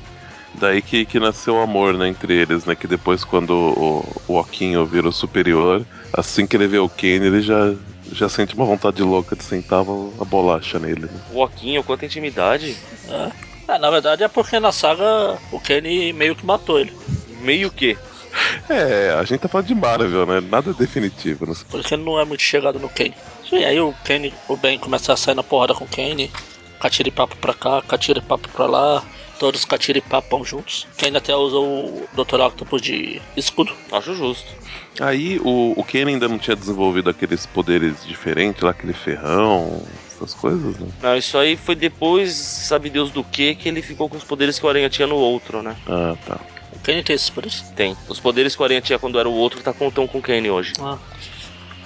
Speaker 3: Daí que, que nasceu o amor, né, entre eles, né? Que depois quando o, o Oquinho vira o superior, assim que ele vê o Kane, ele já, já sente uma vontade louca de sentar a bolacha nele, né?
Speaker 2: O Oquinho, quanta intimidade.
Speaker 1: É, na verdade é porque na saga o Kenny meio que matou ele.
Speaker 2: Meio que.
Speaker 3: É, a gente tá falando de Marvel, né? Nada é definitivo. Né?
Speaker 1: Porque ele não é muito chegado no Kane. E aí o Kane, o Ben começa a sair na porrada com o Kane, catiripapo pra cá, catiripapo pra lá, todos catiripapam juntos. Kane até usou o Dr. Octopus de escudo.
Speaker 2: Acho justo.
Speaker 3: Aí o, o Kane ainda não tinha desenvolvido aqueles poderes diferentes lá, aquele ferrão, essas coisas, né?
Speaker 2: Não, isso aí foi depois, sabe Deus do que, que ele ficou com os poderes que o Aranha tinha no outro, né?
Speaker 3: Ah, tá.
Speaker 1: O Kane tem esses poderes.
Speaker 2: Tem. Os poderes que o Aranha tinha quando era o outro tá contão com o Kane hoje.
Speaker 1: Ah.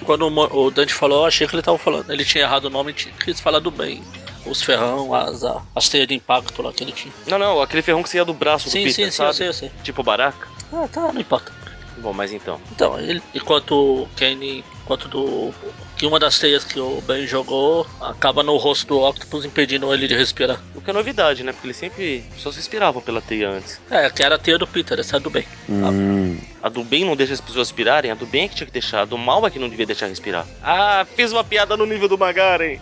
Speaker 1: Quando o Mo- o Dante falou, eu achei que ele tava falando. Ele tinha errado o nome e tinha- quis falar do bem. Os ferrão, as, a- as teias de impacto lá que ele tinha.
Speaker 2: Não, não, aquele ferrão que saía do braço do
Speaker 1: Sim,
Speaker 2: Peter,
Speaker 1: sim, sim, eu
Speaker 2: sabe?
Speaker 1: sei, eu sei.
Speaker 2: Tipo baraca.
Speaker 1: Ah, tá, não importa.
Speaker 2: Bom, mas então.
Speaker 1: Então, ele, enquanto o Kane, enquanto do, que uma das teias que o Ben jogou acaba no rosto do Octopus impedindo ele de respirar.
Speaker 2: O que é novidade, né? Porque eles sempre só se inspiravam pela teia antes.
Speaker 1: É, que era a teia do Peter, essa é do Ben.
Speaker 3: Hum,
Speaker 2: A do bem não deixa as pessoas respirarem, a do bem é que tinha que deixar, a do mal é que não devia deixar respirar. Ah, fiz uma piada no nível do Magaren.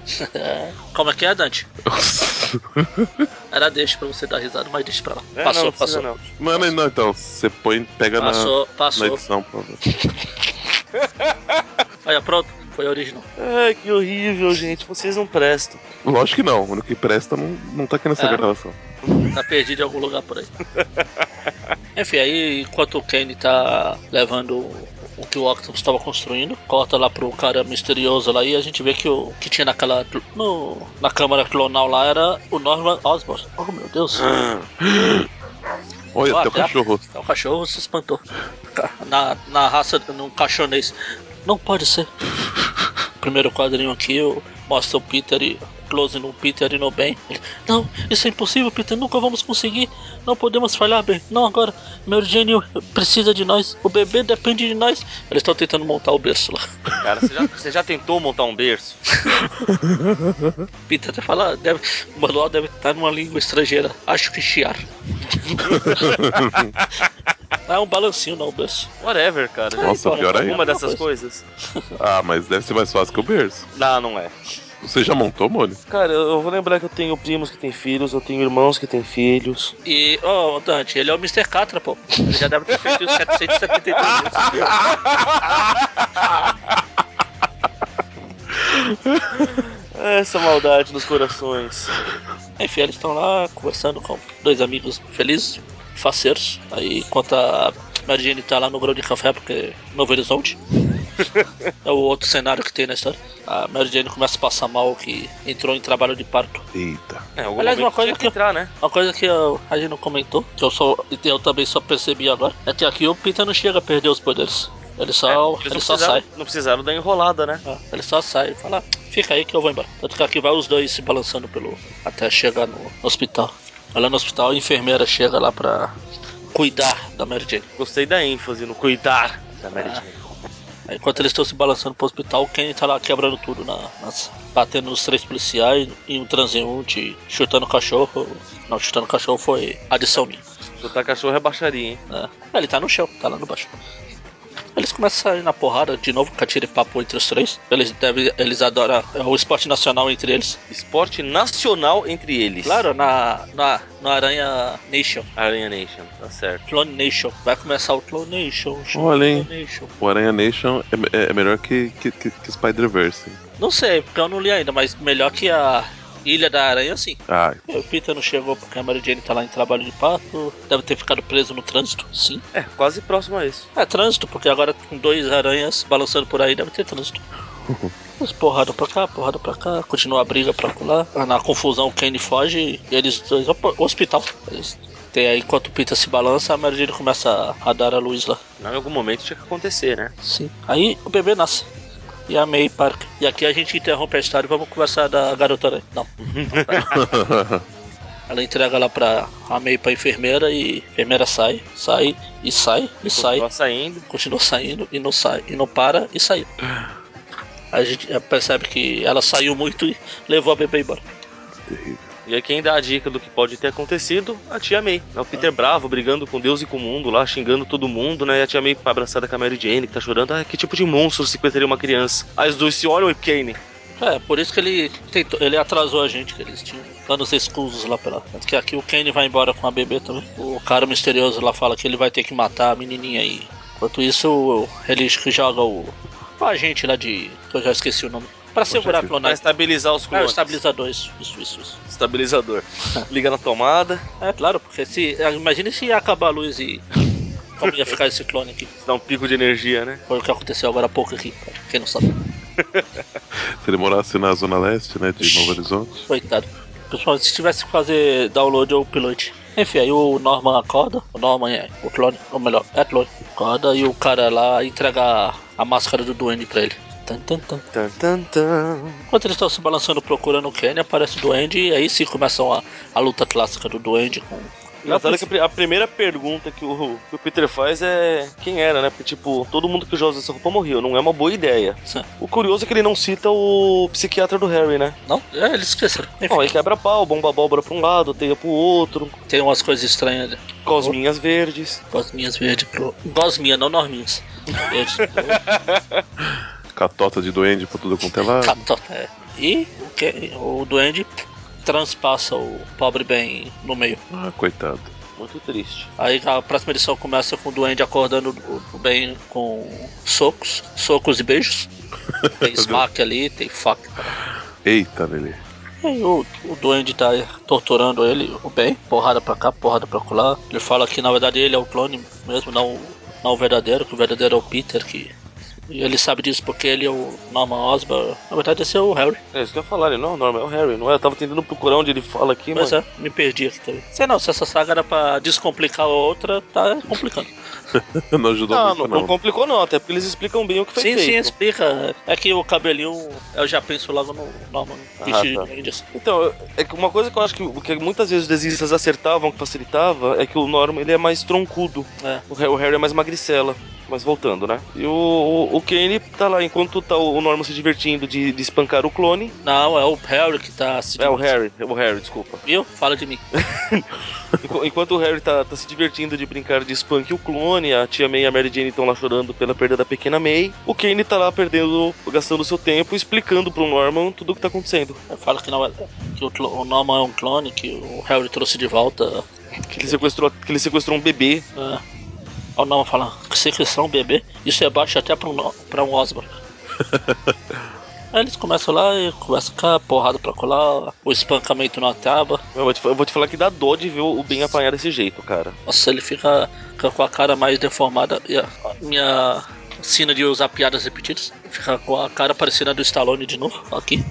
Speaker 1: Como é que é, Dante?
Speaker 3: Ah.
Speaker 1: Era deixa pra você dar risada, mas deixa pra lá.
Speaker 2: É,
Speaker 1: passou,
Speaker 2: não, não precisa
Speaker 1: passou.
Speaker 2: não.
Speaker 3: Mano, não, então, você põe, pega na,
Speaker 1: Passou,
Speaker 3: na
Speaker 1: passou.
Speaker 3: edição, por favor.
Speaker 1: Olha, pronto, foi original.
Speaker 2: Ai, que horrível, gente. Vocês não prestam.
Speaker 3: Lógico que não, o único que presta não, não tá aqui nessa
Speaker 1: É.
Speaker 3: gravação.
Speaker 1: Tá perdido em algum lugar por aí. Enfim, aí enquanto o Kenny tá levando o que o Octopus estava construindo, corta lá pro cara misterioso lá e a gente vê que o que tinha naquela cl- no- na câmara clonal lá era o Norman Osborn. Oh meu Deus!
Speaker 2: Ah.
Speaker 3: Olha,
Speaker 1: Ó,
Speaker 3: até o
Speaker 1: até a-
Speaker 3: cachorro.
Speaker 1: Então, o cachorro se espantou. Ca- Na, na raça, num cachonês. Não pode ser. Primeiro quadrinho aqui, eu mostro o Peter e close no Peter e no Ben. Ele, Não, isso é impossível, Peter. Nunca vamos conseguir. Não podemos falhar, Ben. Não agora. Mary Jane precisa de nós. O bebê depende de nós. Eles estão tentando montar o berço lá.
Speaker 2: Cara, você já, você já tentou montar um berço?
Speaker 1: Peter até fala, deve, o manual deve estar numa língua estrangeira. Acho que chiar. Não é um balancinho, não, o berço.
Speaker 2: Whatever, cara. Já
Speaker 3: Nossa,
Speaker 2: tentou
Speaker 3: pior
Speaker 2: montar
Speaker 3: ainda.
Speaker 2: Alguma dessas coisas?
Speaker 3: Ah, mas deve ser mais fácil que o berço.
Speaker 2: Não, não é.
Speaker 3: Você já montou, Mônio?
Speaker 2: Cara, eu eu vou lembrar que eu tenho primos que têm filhos, eu tenho irmãos que têm filhos.
Speaker 1: E, ó, Dante, ele é o Mr. Catra, pô. Ele já deve ter feito os 773 vezes.
Speaker 2: Essa maldade nos corações.
Speaker 1: Enfim, eles estão lá conversando com dois amigos felizes, faceiros. Aí, enquanto a Mary Jane tá lá no grão de café, porque Novo Horizonte. É o outro cenário que tem na história. A Mary Jane começa a passar mal que entrou em trabalho de parto.
Speaker 3: Eita.
Speaker 2: É, algum
Speaker 1: Aliás,
Speaker 2: momento
Speaker 1: uma coisa
Speaker 2: tinha
Speaker 1: que-
Speaker 2: entrar, né?
Speaker 1: Uma coisa que eu- a gente não comentou, que eu, só, eu também só percebi agora, é que aqui o Peter não chega a perder os poderes. Ele só,
Speaker 2: É, eles
Speaker 1: Então, ele
Speaker 2: não
Speaker 1: só
Speaker 2: precisaram-
Speaker 1: sai.
Speaker 2: Não precisaram dar enrolada, né?
Speaker 1: Ah, ele só sai e fala, "Ah, fica aí que eu vou embora. Tanto que aqui vai os dois se balançando pelo. até chegar no hospital. Lá no hospital a enfermeira chega lá pra cuidar da Mary Jane.
Speaker 2: Gostei da ênfase no cuidar da Mary
Speaker 1: Ah.
Speaker 2: Jane.
Speaker 1: Aí, Enquanto eles estão se balançando pro hospital, o Kenny tá lá quebrando tudo, na, nas- batendo nos três policiais e um transeunte, chutando o cachorro. Não, chutando o cachorro foi adição minha.
Speaker 2: Chutar cachorro é baixaria, hein?
Speaker 1: né? Ele tá no chão, tá lá no baixo. Eles começam a ir na porrada de novo, catira e papo entre os três. Eles, devem, eles adoram, é o esporte nacional entre eles.
Speaker 2: Esporte nacional entre eles.
Speaker 1: Claro, na, na, na Aranha Nation,
Speaker 2: Aranha Nation, tá certo.
Speaker 1: Clone Nation. Vai começar o Clone Nation. chama
Speaker 3: Olha, hein?
Speaker 1: Clone Nation.
Speaker 3: O Aranha Nation é, me- é- é melhor que, que, que, que Spider-Verse. hein?
Speaker 1: Não sei, porque eu não li ainda, mas melhor que a Ilha da Aranha, sim.
Speaker 3: Ah,
Speaker 1: O Peter não chegou porque a Mary Jane tá lá em trabalho de parto. Deve ter ficado preso no trânsito, sim.
Speaker 2: É, quase próximo a isso.
Speaker 1: É trânsito, porque agora com dois aranhas balançando por aí deve ter trânsito. Eles porrada pra cá, porrada pra cá, continua a briga pra lá. Na confusão, o Kenny foge e eles dois. opa, Hospital. Eles tem aí, enquanto o Peter se balança, a Mary Jane começa a dar a luz lá.
Speaker 2: Não, Em algum momento tinha que acontecer, né?
Speaker 1: Sim. Aí o bebê nasce. E a May Parker. E aqui a gente interrompe a história e vamos conversar da garota aranha. Não. Ela entrega lá pra a May pra enfermeira e a enfermeira sai, sai e sai e sai.
Speaker 2: Continua saindo.
Speaker 1: continua saindo e não sai, e não para e saiu. A gente já percebe que ela saiu muito e levou a bebê embora.
Speaker 2: E aí quem dá a dica do que pode ter acontecido? A tia May. É o Peter bravo, brigando com Deus e com o mundo lá, xingando todo mundo, né? E a tia May abraçada com a Mary Jane, que tá chorando. Ah, que tipo de monstro se cometeria uma criança? Aí os dois se olham e Kane.
Speaker 1: É, por isso que ele tentou, ele atrasou a gente, que eles tinham planos escusos lá pela. Tanto que aqui o Kenny vai embora com a bebê também. O cara misterioso lá fala que ele vai ter que matar a menininha aí. Enquanto isso, ele joga o, o agente lá de. que eu já esqueci o nome. Pra segurar a
Speaker 2: Pra
Speaker 1: clonagem.
Speaker 2: estabilizar os
Speaker 1: É, o
Speaker 2: clones.
Speaker 1: estabilizador, isso, isso, isso. isso.
Speaker 2: Estabilizador. Liga na tomada,
Speaker 1: É claro, porque se. Imagine se ia acabar a luz e. Como ia ficar esse clone aqui?
Speaker 2: dá um pico de energia, né?
Speaker 1: Foi o que aconteceu agora há pouco aqui, cara. Quem não sabe.
Speaker 3: Se ele morasse na Zona Leste, né, de Novo Horizonte.
Speaker 1: Coitado. Pessoal, se tivesse que fazer download ou pilot. Enfim, aí o Norman acorda. O Norman é o clone, ou melhor, é clone. Acorda e o cara lá entrega a máscara do Duende pra ele. Tan, tan, tan.
Speaker 2: Tan, tan, tan.
Speaker 1: Enquanto eles estão se balançando procurando o Kenny, aparece o Duende e aí sim começam a, a luta clássica do Duende com.
Speaker 2: Engraçado que a pri- a primeira pergunta que o, que o Peter faz é quem era, né? Porque, tipo, todo mundo que já usa essa roupa morreu, não é uma boa ideia. O curioso é que ele não cita o psiquiatra do Harry, né?
Speaker 1: Não? É, eles esqueceram. Enfim,
Speaker 2: Bom, aí tá. quebra pau, bomba abóbora pra um lado, teia pro outro,
Speaker 1: tem umas coisas estranhas ali.
Speaker 2: cosminhas verdes.
Speaker 1: Gosminhas verde pro. Gosminha, não norminhas. Verde pro.
Speaker 3: Catota de duende pra tudo quanto é lado.
Speaker 1: Cató- é. E o, que, o Duende transpassa o pobre bem no meio.
Speaker 3: Ah, coitado.
Speaker 2: Muito triste.
Speaker 1: Aí a próxima edição começa com o Duende acordando o bem com socos, socos e beijos. Tem smack ali, tem faca.
Speaker 3: Eita, Lili.
Speaker 1: E aí o, o Duende tá torturando ele, o bem, porrada pra cá, porrada pra colar. Ele fala que na verdade ele é o clone mesmo, não, não o verdadeiro, que o verdadeiro é o Peter, que. E ele sabe disso porque ele é o Norman Osborn. Na verdade, esse é o Harry.
Speaker 2: É isso que eu ia falar, ele não é o Norman, é o Harry, não é? Eu tava tentando procurar onde ele fala aqui, mas.
Speaker 1: Mas é, me perdi aqui também. Sei não, se essa saga era pra descomplicar a outra, tá complicando.
Speaker 3: Não ajudou
Speaker 1: Ah,
Speaker 2: Não, não,
Speaker 3: muito,
Speaker 2: não,
Speaker 3: não.
Speaker 2: complicou não, até porque eles explicam bem o que foi
Speaker 1: sim,
Speaker 2: feito.
Speaker 1: sim, explica. É que o cabelinho, eu já penso logo no Norman.
Speaker 2: Ah,
Speaker 1: vestido
Speaker 2: tá.
Speaker 1: de Duende, assim.
Speaker 2: Então, é que uma coisa que eu acho que, o que muitas vezes os desenhistas acertavam, que facilitava, é que o Norman ele é mais troncudo.
Speaker 1: É.
Speaker 2: O Harry, o Harry é mais magricela. Mas voltando, né? E o, o, o Kane tá lá, enquanto tá o Norman se divertindo de, de espancar o clone.
Speaker 1: Não, é o Harry que tá se.
Speaker 2: É o Harry, é o Harry, desculpa.
Speaker 1: Viu? Fala de mim.
Speaker 2: Enqu- Enquanto o Harry tá, tá se divertindo de brincar de Spunk e o clone, a tia May e a Mary Jane estão lá chorando pela perda da pequena May, o Kane tá lá perdendo, gastando seu tempo, explicando pro Norman tudo o que tá acontecendo.
Speaker 1: Fala que, não é, que o, clo- o Norman é um clone, que o Harry trouxe de volta.
Speaker 2: Que ele sequestrou, que ele sequestrou um bebê
Speaker 1: É. O Norman fala, que sequestrar um bebê, isso é baixo até pra um, no- pra um Osborn. Aí eles começam lá e começam cá, porrada pra colar, o espancamento não acaba.
Speaker 2: Eu vou, te, eu vou te falar que dá dó de ver o Ben apanhar desse jeito, cara.
Speaker 1: Nossa, ele fica, fica com a cara mais deformada. E a a minha sina de usar piadas repetidas fica com a cara parecida a do Stallone de novo, aqui.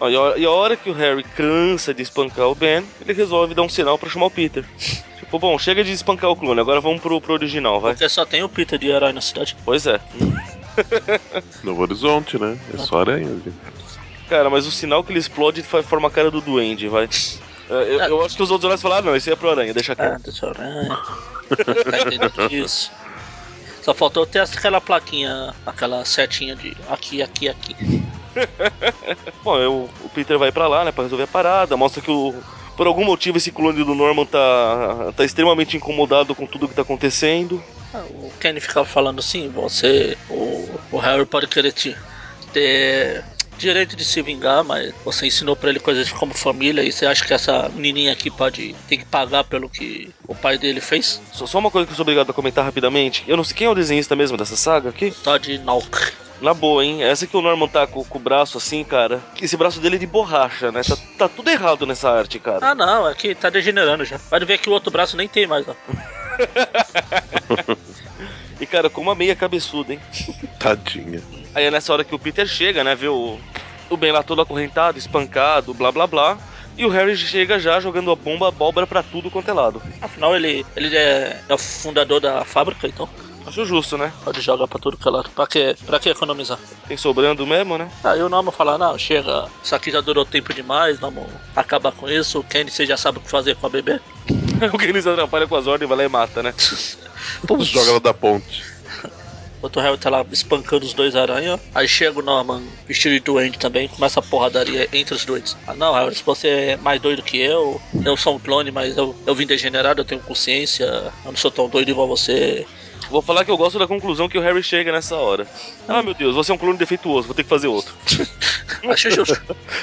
Speaker 2: Ó, E a, hora- e a hora que o Harry cansa de espancar o Ben, ele resolve dar um sinal pra chamar o Peter. Tipo, bom, chega de espancar o clone, agora vamos pro, pro original, vai.
Speaker 1: Porque só tem o Peter de herói na cidade.
Speaker 2: Pois é.
Speaker 3: Novo Horizonte, né? É só aranha. gente.
Speaker 2: Cara, mas o sinal que ele explode faz, forma a cara do duende, vai. É, Eu, eu acho que os outros olharam e falaram, ah, não, esse é pro aranha, deixa
Speaker 1: Ah,
Speaker 2: quieto.
Speaker 1: deixa eu ver. Tá entendendo isso? Só faltou ter aquela plaquinha, aquela setinha de aqui, aqui, aqui.
Speaker 2: Bom, eu- o Peter vai pra lá, né, pra resolver a parada, mostra que o... Por algum motivo esse clone do Norman tá, tá extremamente incomodado com tudo que tá acontecendo.
Speaker 1: Ah, O Kenny ficava falando assim, você. O, o Harry pode querer te ter direito de se vingar, mas você ensinou pra ele coisas como família e você acha que essa menininha aqui pode tem que pagar pelo que o pai dele fez?
Speaker 2: Só, só uma coisa que eu sou obrigado a comentar rapidamente. Eu não sei quem é o desenhista mesmo dessa saga aqui.
Speaker 1: Todd Nalk.
Speaker 2: Na boa, hein? Essa que o Norman tá com, com o braço assim, cara. Esse braço dele é de borracha, né? Tá, tá tudo errado nessa arte, cara.
Speaker 1: Ah não, é que tá degenerando já. Pode ver que o outro braço nem tem mais, ó.
Speaker 2: E, cara, com uma meia cabeçuda, hein?
Speaker 3: Tadinha.
Speaker 2: Aí é nessa hora que o Peter chega, né? Vê o, o Ben lá todo acorrentado, espancado, blá blá blá. E o Harry chega já jogando a bomba abóbora pra tudo quanto é lado.
Speaker 1: Afinal, ele, ele é, é o fundador da fábrica, então.
Speaker 2: Acho justo, né?
Speaker 1: Pode jogar pra tudo que é lado. Pra que, pra que economizar?
Speaker 2: Tem sobrando mesmo, né?
Speaker 1: Aí o Norman fala, não, chega, isso aqui já durou tempo demais, vamos acabar com isso. O Kenny, você já sabe o que fazer com a bebê.
Speaker 2: o que eles atrapalham com as ordens, vai lá e mata, né?
Speaker 1: Putz.
Speaker 3: Joga ela da ponte.
Speaker 1: Enquanto o Harry tá lá espancando os dois aranha, aí chega o Norman vestido de duende também, começa a porradaria entre os dois. Ah, não, Harry, se você é mais doido que eu, eu sou um clone, mas eu, eu vim degenerado, eu tenho consciência, eu não sou tão doido igual você.
Speaker 2: Vou falar que eu gosto da conclusão que o Harry chega nessa hora. Ah, meu Deus, você é um clone defeituoso, vou ter que fazer outro.
Speaker 1: Achei justo.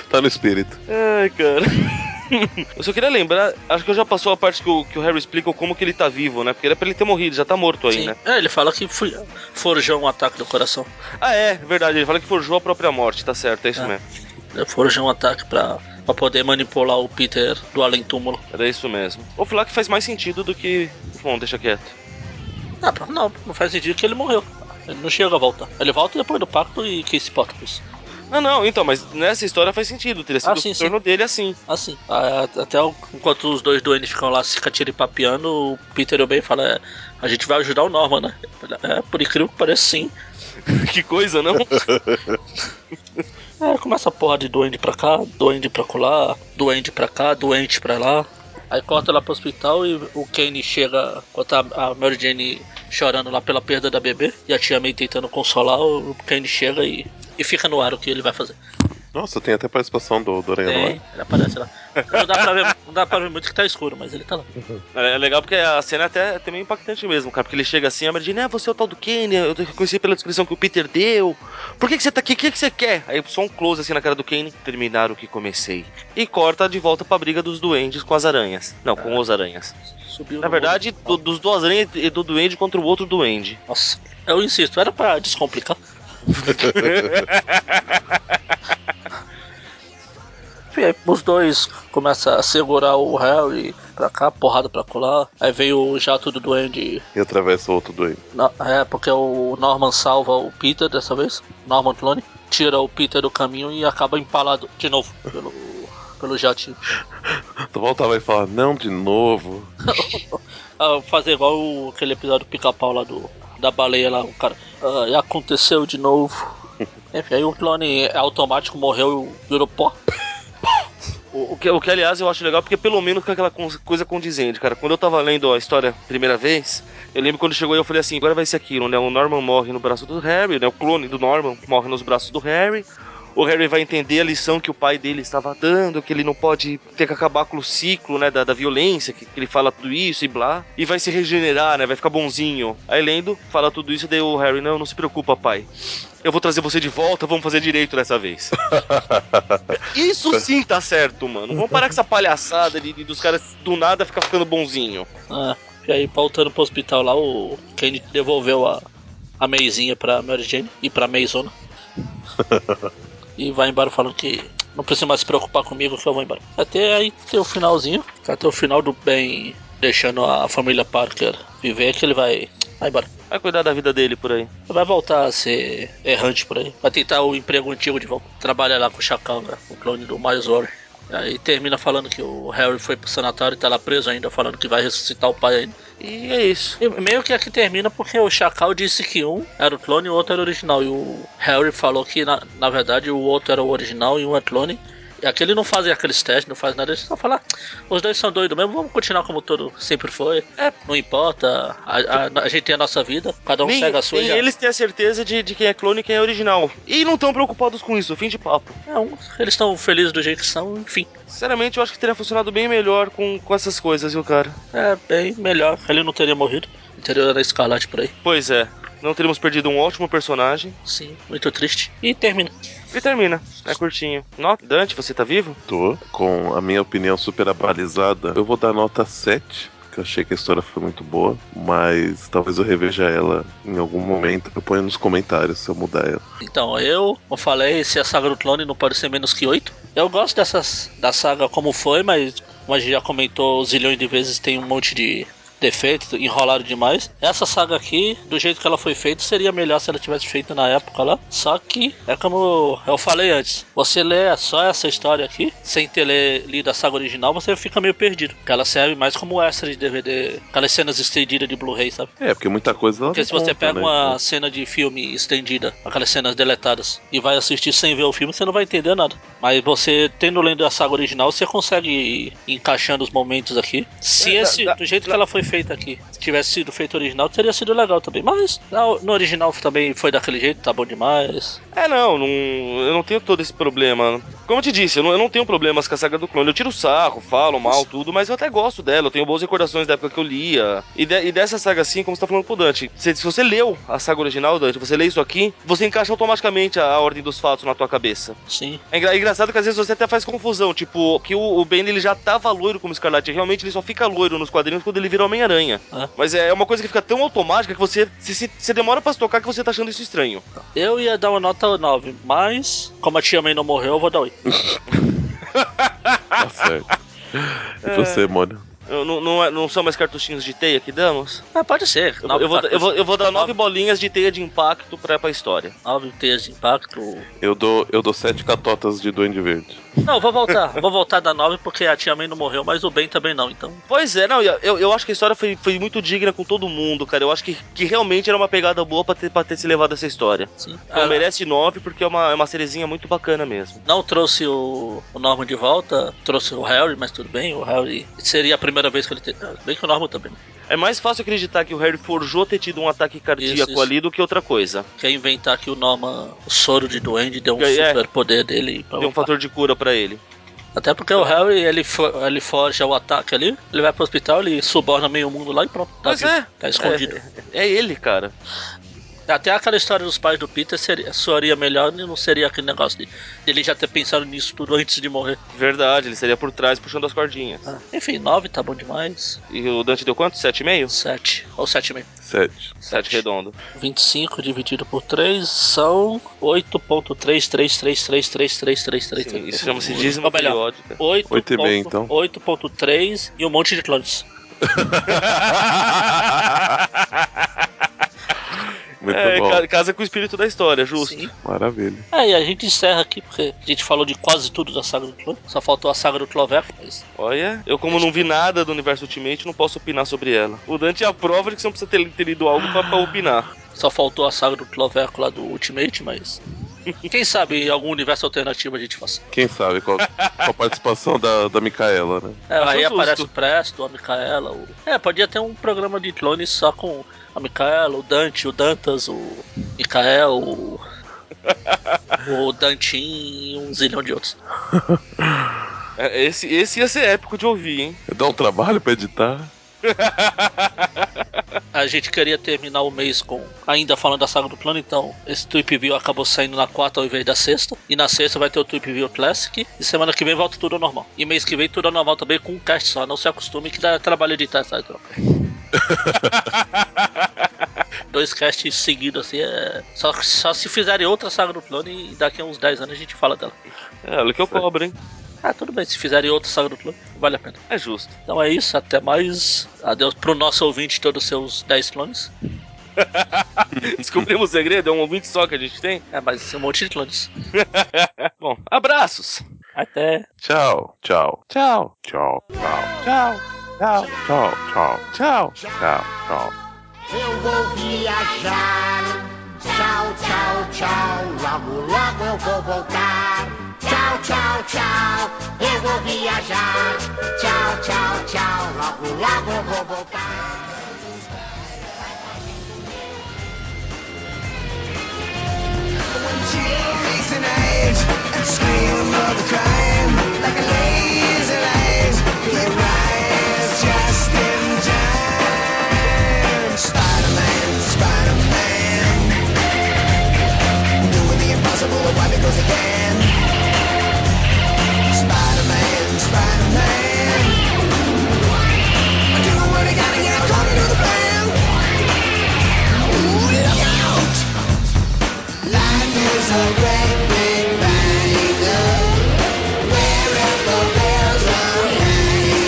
Speaker 3: Tá no espírito.
Speaker 2: Ai, cara. Eu só queria lembrar, acho que eu já passou a parte que o, que o Harry explica como que ele tá vivo, né? Porque era pra ele ter morrido, já tá morto aí,
Speaker 1: Sim.
Speaker 2: né?
Speaker 1: É, ele fala que fui- forjou um ataque do coração.
Speaker 2: Ah, é, verdade, ele fala que forjou a própria morte, tá certo, é isso
Speaker 1: É.
Speaker 2: mesmo.
Speaker 1: Ele forjou um ataque pra, pra poder manipular o Peter do além-túmulo.
Speaker 2: Era isso mesmo. Vou falar que faz mais sentido do que. Bom, deixa quieto.
Speaker 1: Ah, pra- não, não faz sentido que ele morreu. Ele não chega a voltar. Ele volta depois do pacto e que se importa com isso.
Speaker 2: Não, não, então, mas nessa história faz sentido, teria sido
Speaker 1: Ah, sim,
Speaker 2: o torno dele assim.
Speaker 1: Assim, a- até o- enquanto os dois doentes ficam lá se catiripapeando, o Peter e o Ben falam: "É, a gente vai ajudar o Norman, né? É, por incrível que pareça, sim.
Speaker 2: que coisa, não?
Speaker 1: É, começa a porra de doente pra cá, doente pra colar, doente pra cá, doente pra lá. Aí corta lá pro hospital e o Kenny chega, enquanto a a Mary Jane chorando lá pela perda da bebê, e a tia May tentando consolar, o Kenny chega e, e fica no ar o que ele vai fazer.
Speaker 3: Nossa, tem até participação do, do
Speaker 2: tá
Speaker 3: Aranha é?
Speaker 1: Tem,
Speaker 3: Noir.
Speaker 1: ele aparece lá. Não dá, pra ver, não dá pra ver muito que tá escuro, mas ele tá lá.
Speaker 2: É legal porque a cena até, até meio impactante mesmo, cara. Porque ele chega assim, a Mary Jane, ah, você é o tal do Kenny, eu reconheci pela descrição que o Peter deu. Por que, que você tá aqui? O que, que você quer? Aí só um close assim na cara do Kenny, terminar o que comecei. E corta de volta pra briga dos duendes com as aranhas. Não, com os aranhas.
Speaker 1: Subiu
Speaker 2: Na
Speaker 1: no
Speaker 2: verdade,
Speaker 1: morro.
Speaker 2: do- dos duas aranhas e do duende contra o outro duende.
Speaker 1: Nossa, eu insisto, era pra descomplicar. E aí, os dois começam a segurar o Harry pra cá, porrada pra colar. Aí vem o jato do Duende.
Speaker 3: E atravessa outro doente.
Speaker 1: na- É, porque o Norman salva o Peter dessa vez, Norman Clone, tira o Peter do caminho e acaba empalado de novo pelo, pelo jatinho.
Speaker 3: Tu volta lá e fala, não de novo.
Speaker 1: Ah, fazer igual o- aquele episódio do pica-pau lá do, da baleia lá, o cara. Ah, e aconteceu de novo. Enfim, aí o clone automático morreu e virou pó.
Speaker 2: O, o que, o que, aliás, eu acho legal, porque pelo menos com aquela cons- coisa condizente, cara. Quando eu tava lendo a história a primeira vez, eu lembro quando chegou aí, eu falei assim, agora vai ser aquilo, né? O Norman morre no braço do Harry, né? O clone do Norman morre nos braços do Harry. O Harry vai entender a lição que o pai dele estava dando, que ele não pode ter que acabar com o ciclo, né, da, da violência, que, que ele fala tudo isso e blá. E vai se regenerar, né, vai ficar bonzinho. Aí lendo, fala tudo isso, daí o Harry, não, não se preocupa, pai. Eu vou trazer você de volta, vamos fazer direito dessa vez. Isso sim tá certo, mano. Vamos parar com essa palhaçada de, de- dos caras do nada ficar ficando bonzinho.
Speaker 1: Ah, e aí, voltando pro hospital lá, o Kenny devolveu a, a meizinha pra Mary Jane e pra Meizona. e vai embora falando que não precisa mais se preocupar comigo que eu vou embora. Até aí ter o finalzinho, até o final do bem deixando a família Parker viver, é que ele vai, vai embora.
Speaker 2: Vai cuidar da vida dele por aí.
Speaker 1: Vai voltar a ser errante por aí. Vai tentar o emprego antigo de volta. Trabalha lá com o Chacal, né? O clone do Miles Warren. Aí termina falando que o Harry foi pro sanatório e tá lá preso ainda, falando que vai ressuscitar o pai ainda.
Speaker 2: E é isso.
Speaker 1: E meio que aqui termina porque o Chacal disse que um era o clone e o outro era o original. E o Harry falou que na, na verdade o outro era o original e um é clone. E aquele não fazem aqueles testes, não faz nada, eles só falar, os dois são doidos mesmo, vamos continuar como todo sempre foi.
Speaker 2: É.
Speaker 1: Não importa, a, a- a gente tem a nossa vida, cada um
Speaker 2: nem,
Speaker 1: segue a sua
Speaker 2: nem
Speaker 1: e já.
Speaker 2: eles têm Então a certeza de, de quem é clone e quem é original. E não estão preocupados com isso, fim de papo.
Speaker 1: É, um- eles estão felizes do jeito que são, enfim.
Speaker 2: Sinceramente, eu acho que teria funcionado bem melhor com, com essas coisas, viu, cara?
Speaker 1: É bem melhor, ele não teria morrido. Interior era escarlate por aí.
Speaker 2: Pois é, não teríamos perdido um ótimo personagem.
Speaker 1: Sim, muito triste. E termina.
Speaker 2: E termina, é curtinho. Nó, Dante, você tá vivo?
Speaker 3: Tô com a minha opinião super abalizada. Eu vou dar nota 7. Que eu achei que a história foi muito boa, mas talvez eu reveja ela em algum momento. Eu ponho nos comentários se eu mudar ela.
Speaker 1: Então, eu, como falei, se a saga do clone não pode ser menos que 8. Eu gosto dessas da saga como foi, mas como a gente já comentou zilhões de vezes, tem um monte de defeitos, enrolaram demais. Essa saga aqui, do jeito que ela foi feita, seria melhor se ela tivesse feito na época lá. Só que, é como eu falei antes, você lê só essa história aqui, sem ter lê- lido a saga original, você fica meio perdido. Porque ela serve mais como extra de DVD, aquelas cenas estendidas de Blu-ray, sabe?
Speaker 3: É, porque muita coisa ela
Speaker 1: Porque
Speaker 3: não
Speaker 1: se você
Speaker 2: É,
Speaker 3: conta,
Speaker 1: pega
Speaker 3: né?
Speaker 1: uma cena de filme estendida, aquelas cenas deletadas, e vai assistir sem ver o filme, você não vai entender nada. Mas você, tendo lendo a saga original, você consegue ir encaixando os momentos aqui. Se
Speaker 2: É, dá-
Speaker 1: esse,
Speaker 2: dá-
Speaker 1: do jeito que ela foi feita aqui, tivesse sido feito original, teria sido legal também. Mas na- no original também foi daquele jeito, tá bom demais.
Speaker 2: É, não, não- eu não tenho todo esse problema. Como eu te disse, eu não, eu não tenho problemas com a saga do clone. Eu tiro sarro, falo mal, tudo, mas eu até gosto dela. Eu tenho boas recordações da época que eu lia. E, de- e dessa saga, assim, como você tá falando pro Dante, se, se você leu a saga original, Dante, você lê isso aqui, você encaixa automaticamente a, a ordem dos fatos na tua cabeça.
Speaker 1: Sim.
Speaker 2: É, engra- é engraçado que às vezes você até faz confusão, tipo, que o, o Ben ele já tava loiro como Escarlate. Realmente ele só fica loiro nos quadrinhos quando ele vira Homem-Aranha.
Speaker 1: Ah.
Speaker 2: Mas é uma coisa que fica tão automática que você se, se- você demora pra se tocar que você tá achando isso estranho.
Speaker 1: Eu ia dar uma nota 9, mas como a Tia May não morreu, eu vou dar 8.
Speaker 3: Tá certo. E você, Mônio?
Speaker 2: Eu- Não, não, é- não são mais cartuchinhos de teia que damos?
Speaker 1: Ah, pode ser.
Speaker 2: Eu, eu vou, eu, vou, eu vou dar nove
Speaker 1: Nove. tá
Speaker 2: bolinhas de teia de impacto pra, pra história.
Speaker 1: 9 teias de impacto,
Speaker 3: Eu dou, eu dou sete catotas de Duende Verde.
Speaker 1: Não, vou voltar. vou voltar da 9 porque a tia May não morreu, mas o Ben também não, então.
Speaker 2: Pois é, não, eu, eu- eu acho que a história foi, foi muito digna com todo mundo, cara. Eu acho que, que realmente era uma pegada boa pra ter, pra ter se levado essa história.
Speaker 1: Sim.
Speaker 2: Então merece nove porque é uma, é uma sériezinha muito bacana mesmo.
Speaker 1: não trouxe o, o Norman de volta, trouxe o Harry, mas tudo bem, o Harry seria a primeira vez que ele teve. Bem que o Norman também, né?
Speaker 2: É mais fácil acreditar que o Harry forjou ter tido um ataque cardíaco
Speaker 1: Isso, isso.
Speaker 2: ali do que outra coisa.
Speaker 1: Quer inventar que o Norman, o soro de duende, deu um
Speaker 2: É, é.
Speaker 1: super poder dele. Pra
Speaker 2: Deu um fator de cura pra ele.
Speaker 1: Até porque o Harry, ele, fo- ele forja o ataque ali, ele vai pro hospital, ele suborna meio mundo lá e pronto. Tá
Speaker 2: Pois
Speaker 1: vivo,
Speaker 2: é.
Speaker 1: Tá escondido.
Speaker 2: É, é ele, cara.
Speaker 1: Até aquela história dos pais do Peter seria, soaria melhor e não seria aquele negócio de ele já ter pensado nisso tudo antes de morrer.
Speaker 2: Verdade, ele seria por trás puxando as cordinhas.
Speaker 1: Ah, Enfim, 9 tá bom demais.
Speaker 2: E o Dante deu quanto? Sete e meio?
Speaker 1: 7. Ou 7,5.
Speaker 3: Sete.
Speaker 2: Sete redondo.
Speaker 1: 25 dividido por 3 são
Speaker 2: Sim,
Speaker 1: 8.3333333333.
Speaker 2: isso chama-se
Speaker 1: Ou
Speaker 2: dízima
Speaker 1: melhor,
Speaker 2: periódica.
Speaker 1: 8.
Speaker 3: Oito e meio, então.
Speaker 1: 8.3 e um monte de clones.
Speaker 3: Muito
Speaker 2: É,
Speaker 3: bom.
Speaker 2: ca- casa com o espírito da história, justo.
Speaker 1: Sim.
Speaker 3: Maravilha.
Speaker 1: É, e a gente encerra aqui porque a gente falou de quase tudo da saga do clone. Só faltou a saga do Cloverco. Mas...
Speaker 2: Olha, eu como não vi nada do universo Ultimate, não posso opinar sobre ela. O Dante é a prova de que você não precisa ter, ter lido algo pra, pra opinar.
Speaker 1: Só faltou a saga do Cloverco lá do Ultimate, mas. Quem sabe em algum universo alternativo a gente faça.
Speaker 3: Quem sabe com a, com a participação da, da Micaela, né?
Speaker 1: É,
Speaker 2: Acho
Speaker 1: aí
Speaker 2: justo.
Speaker 1: aparece o Presto, a Micaela. O... É, podia ter um programa de clones só com a Micaela, o Dante, o Dantas, o Micael, o, o Dantin e um zilhão de outros.
Speaker 2: É, Esse, esse ia ser épico de ouvir, hein?
Speaker 3: Dá um trabalho pra editar.
Speaker 1: A gente queria terminar o mês com ainda falando da saga do clone, então esse Tweep View acabou saindo na quarta ao invés da sexta. E na sexta vai ter o Tweep View Classic. E semana que vem volta tudo ao normal. E mês que vem tudo ao normal também com um cast só. Não se acostume que dá trabalho editar essa troca. Dois casts seguidos assim é. Só, só se fizerem outra saga do clone e daqui a uns 10 anos a gente fala dela.
Speaker 2: É, olha que eu cobro, hein?
Speaker 1: Ah, tudo bem, se fizerem outra saga do clone, vale a pena.
Speaker 2: É justo.
Speaker 1: Então é isso, até mais. Adeus pro nosso ouvinte e todos os seus 10 clones.
Speaker 2: Descobrimos o segredo, é um ouvinte só que a gente tem.
Speaker 1: É, mas um monte de clones.
Speaker 2: Bom, abraços!
Speaker 1: Até.
Speaker 3: Tchau, tchau, tchau, tchau, tchau, tchau, tchau, tchau, tchau, tchau, tchau.
Speaker 4: Eu vou viajar. Tchau, tchau, tchau. Logo, logo eu vou voltar. Tchau, tchau, tchau. Eu vou viajar. Tchau, tchau, tchau. Logo, logo eu vou voltar.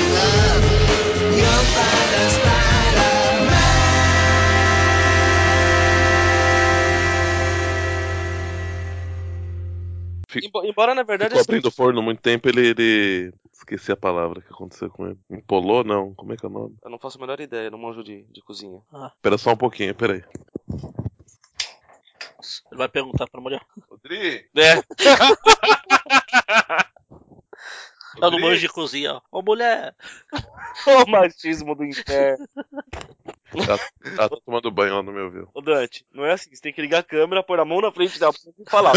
Speaker 5: Wherever there's a rainbow
Speaker 2: embora na verdade.
Speaker 3: Ficou abrindo o forno muito tempo, ele, ele. Esqueci a palavra que aconteceu com ele. Empolou, não. Como é que é o nome?
Speaker 2: Eu não faço a menor ideia, não manjo de, de cozinha.
Speaker 3: Espera só um pouquinho, peraí.
Speaker 1: Ele vai perguntar pra mulher.
Speaker 3: Rodrigo!
Speaker 2: É.
Speaker 1: Tá no banho de cozinha, ó. Ô mulher!
Speaker 2: o machismo do inferno.
Speaker 3: Tá, tá tomando banho, ela não me ouviu.
Speaker 2: Ô Dante, não é assim. Você tem que ligar a câmera, pôr a mão na frente da boca e falar.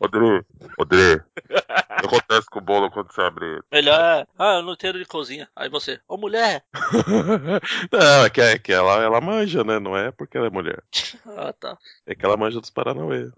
Speaker 3: Rodrigo, Rodrigo. O que acontece com o bolo quando você abre ele?
Speaker 1: Melhor é. Ah, eu não entendo de cozinha. Aí você, ô mulher!
Speaker 3: Não, é que, é que ela, ela manja, né? Não é porque ela é mulher.
Speaker 1: Ah, tá.
Speaker 3: É que ela manja dos Paranauê.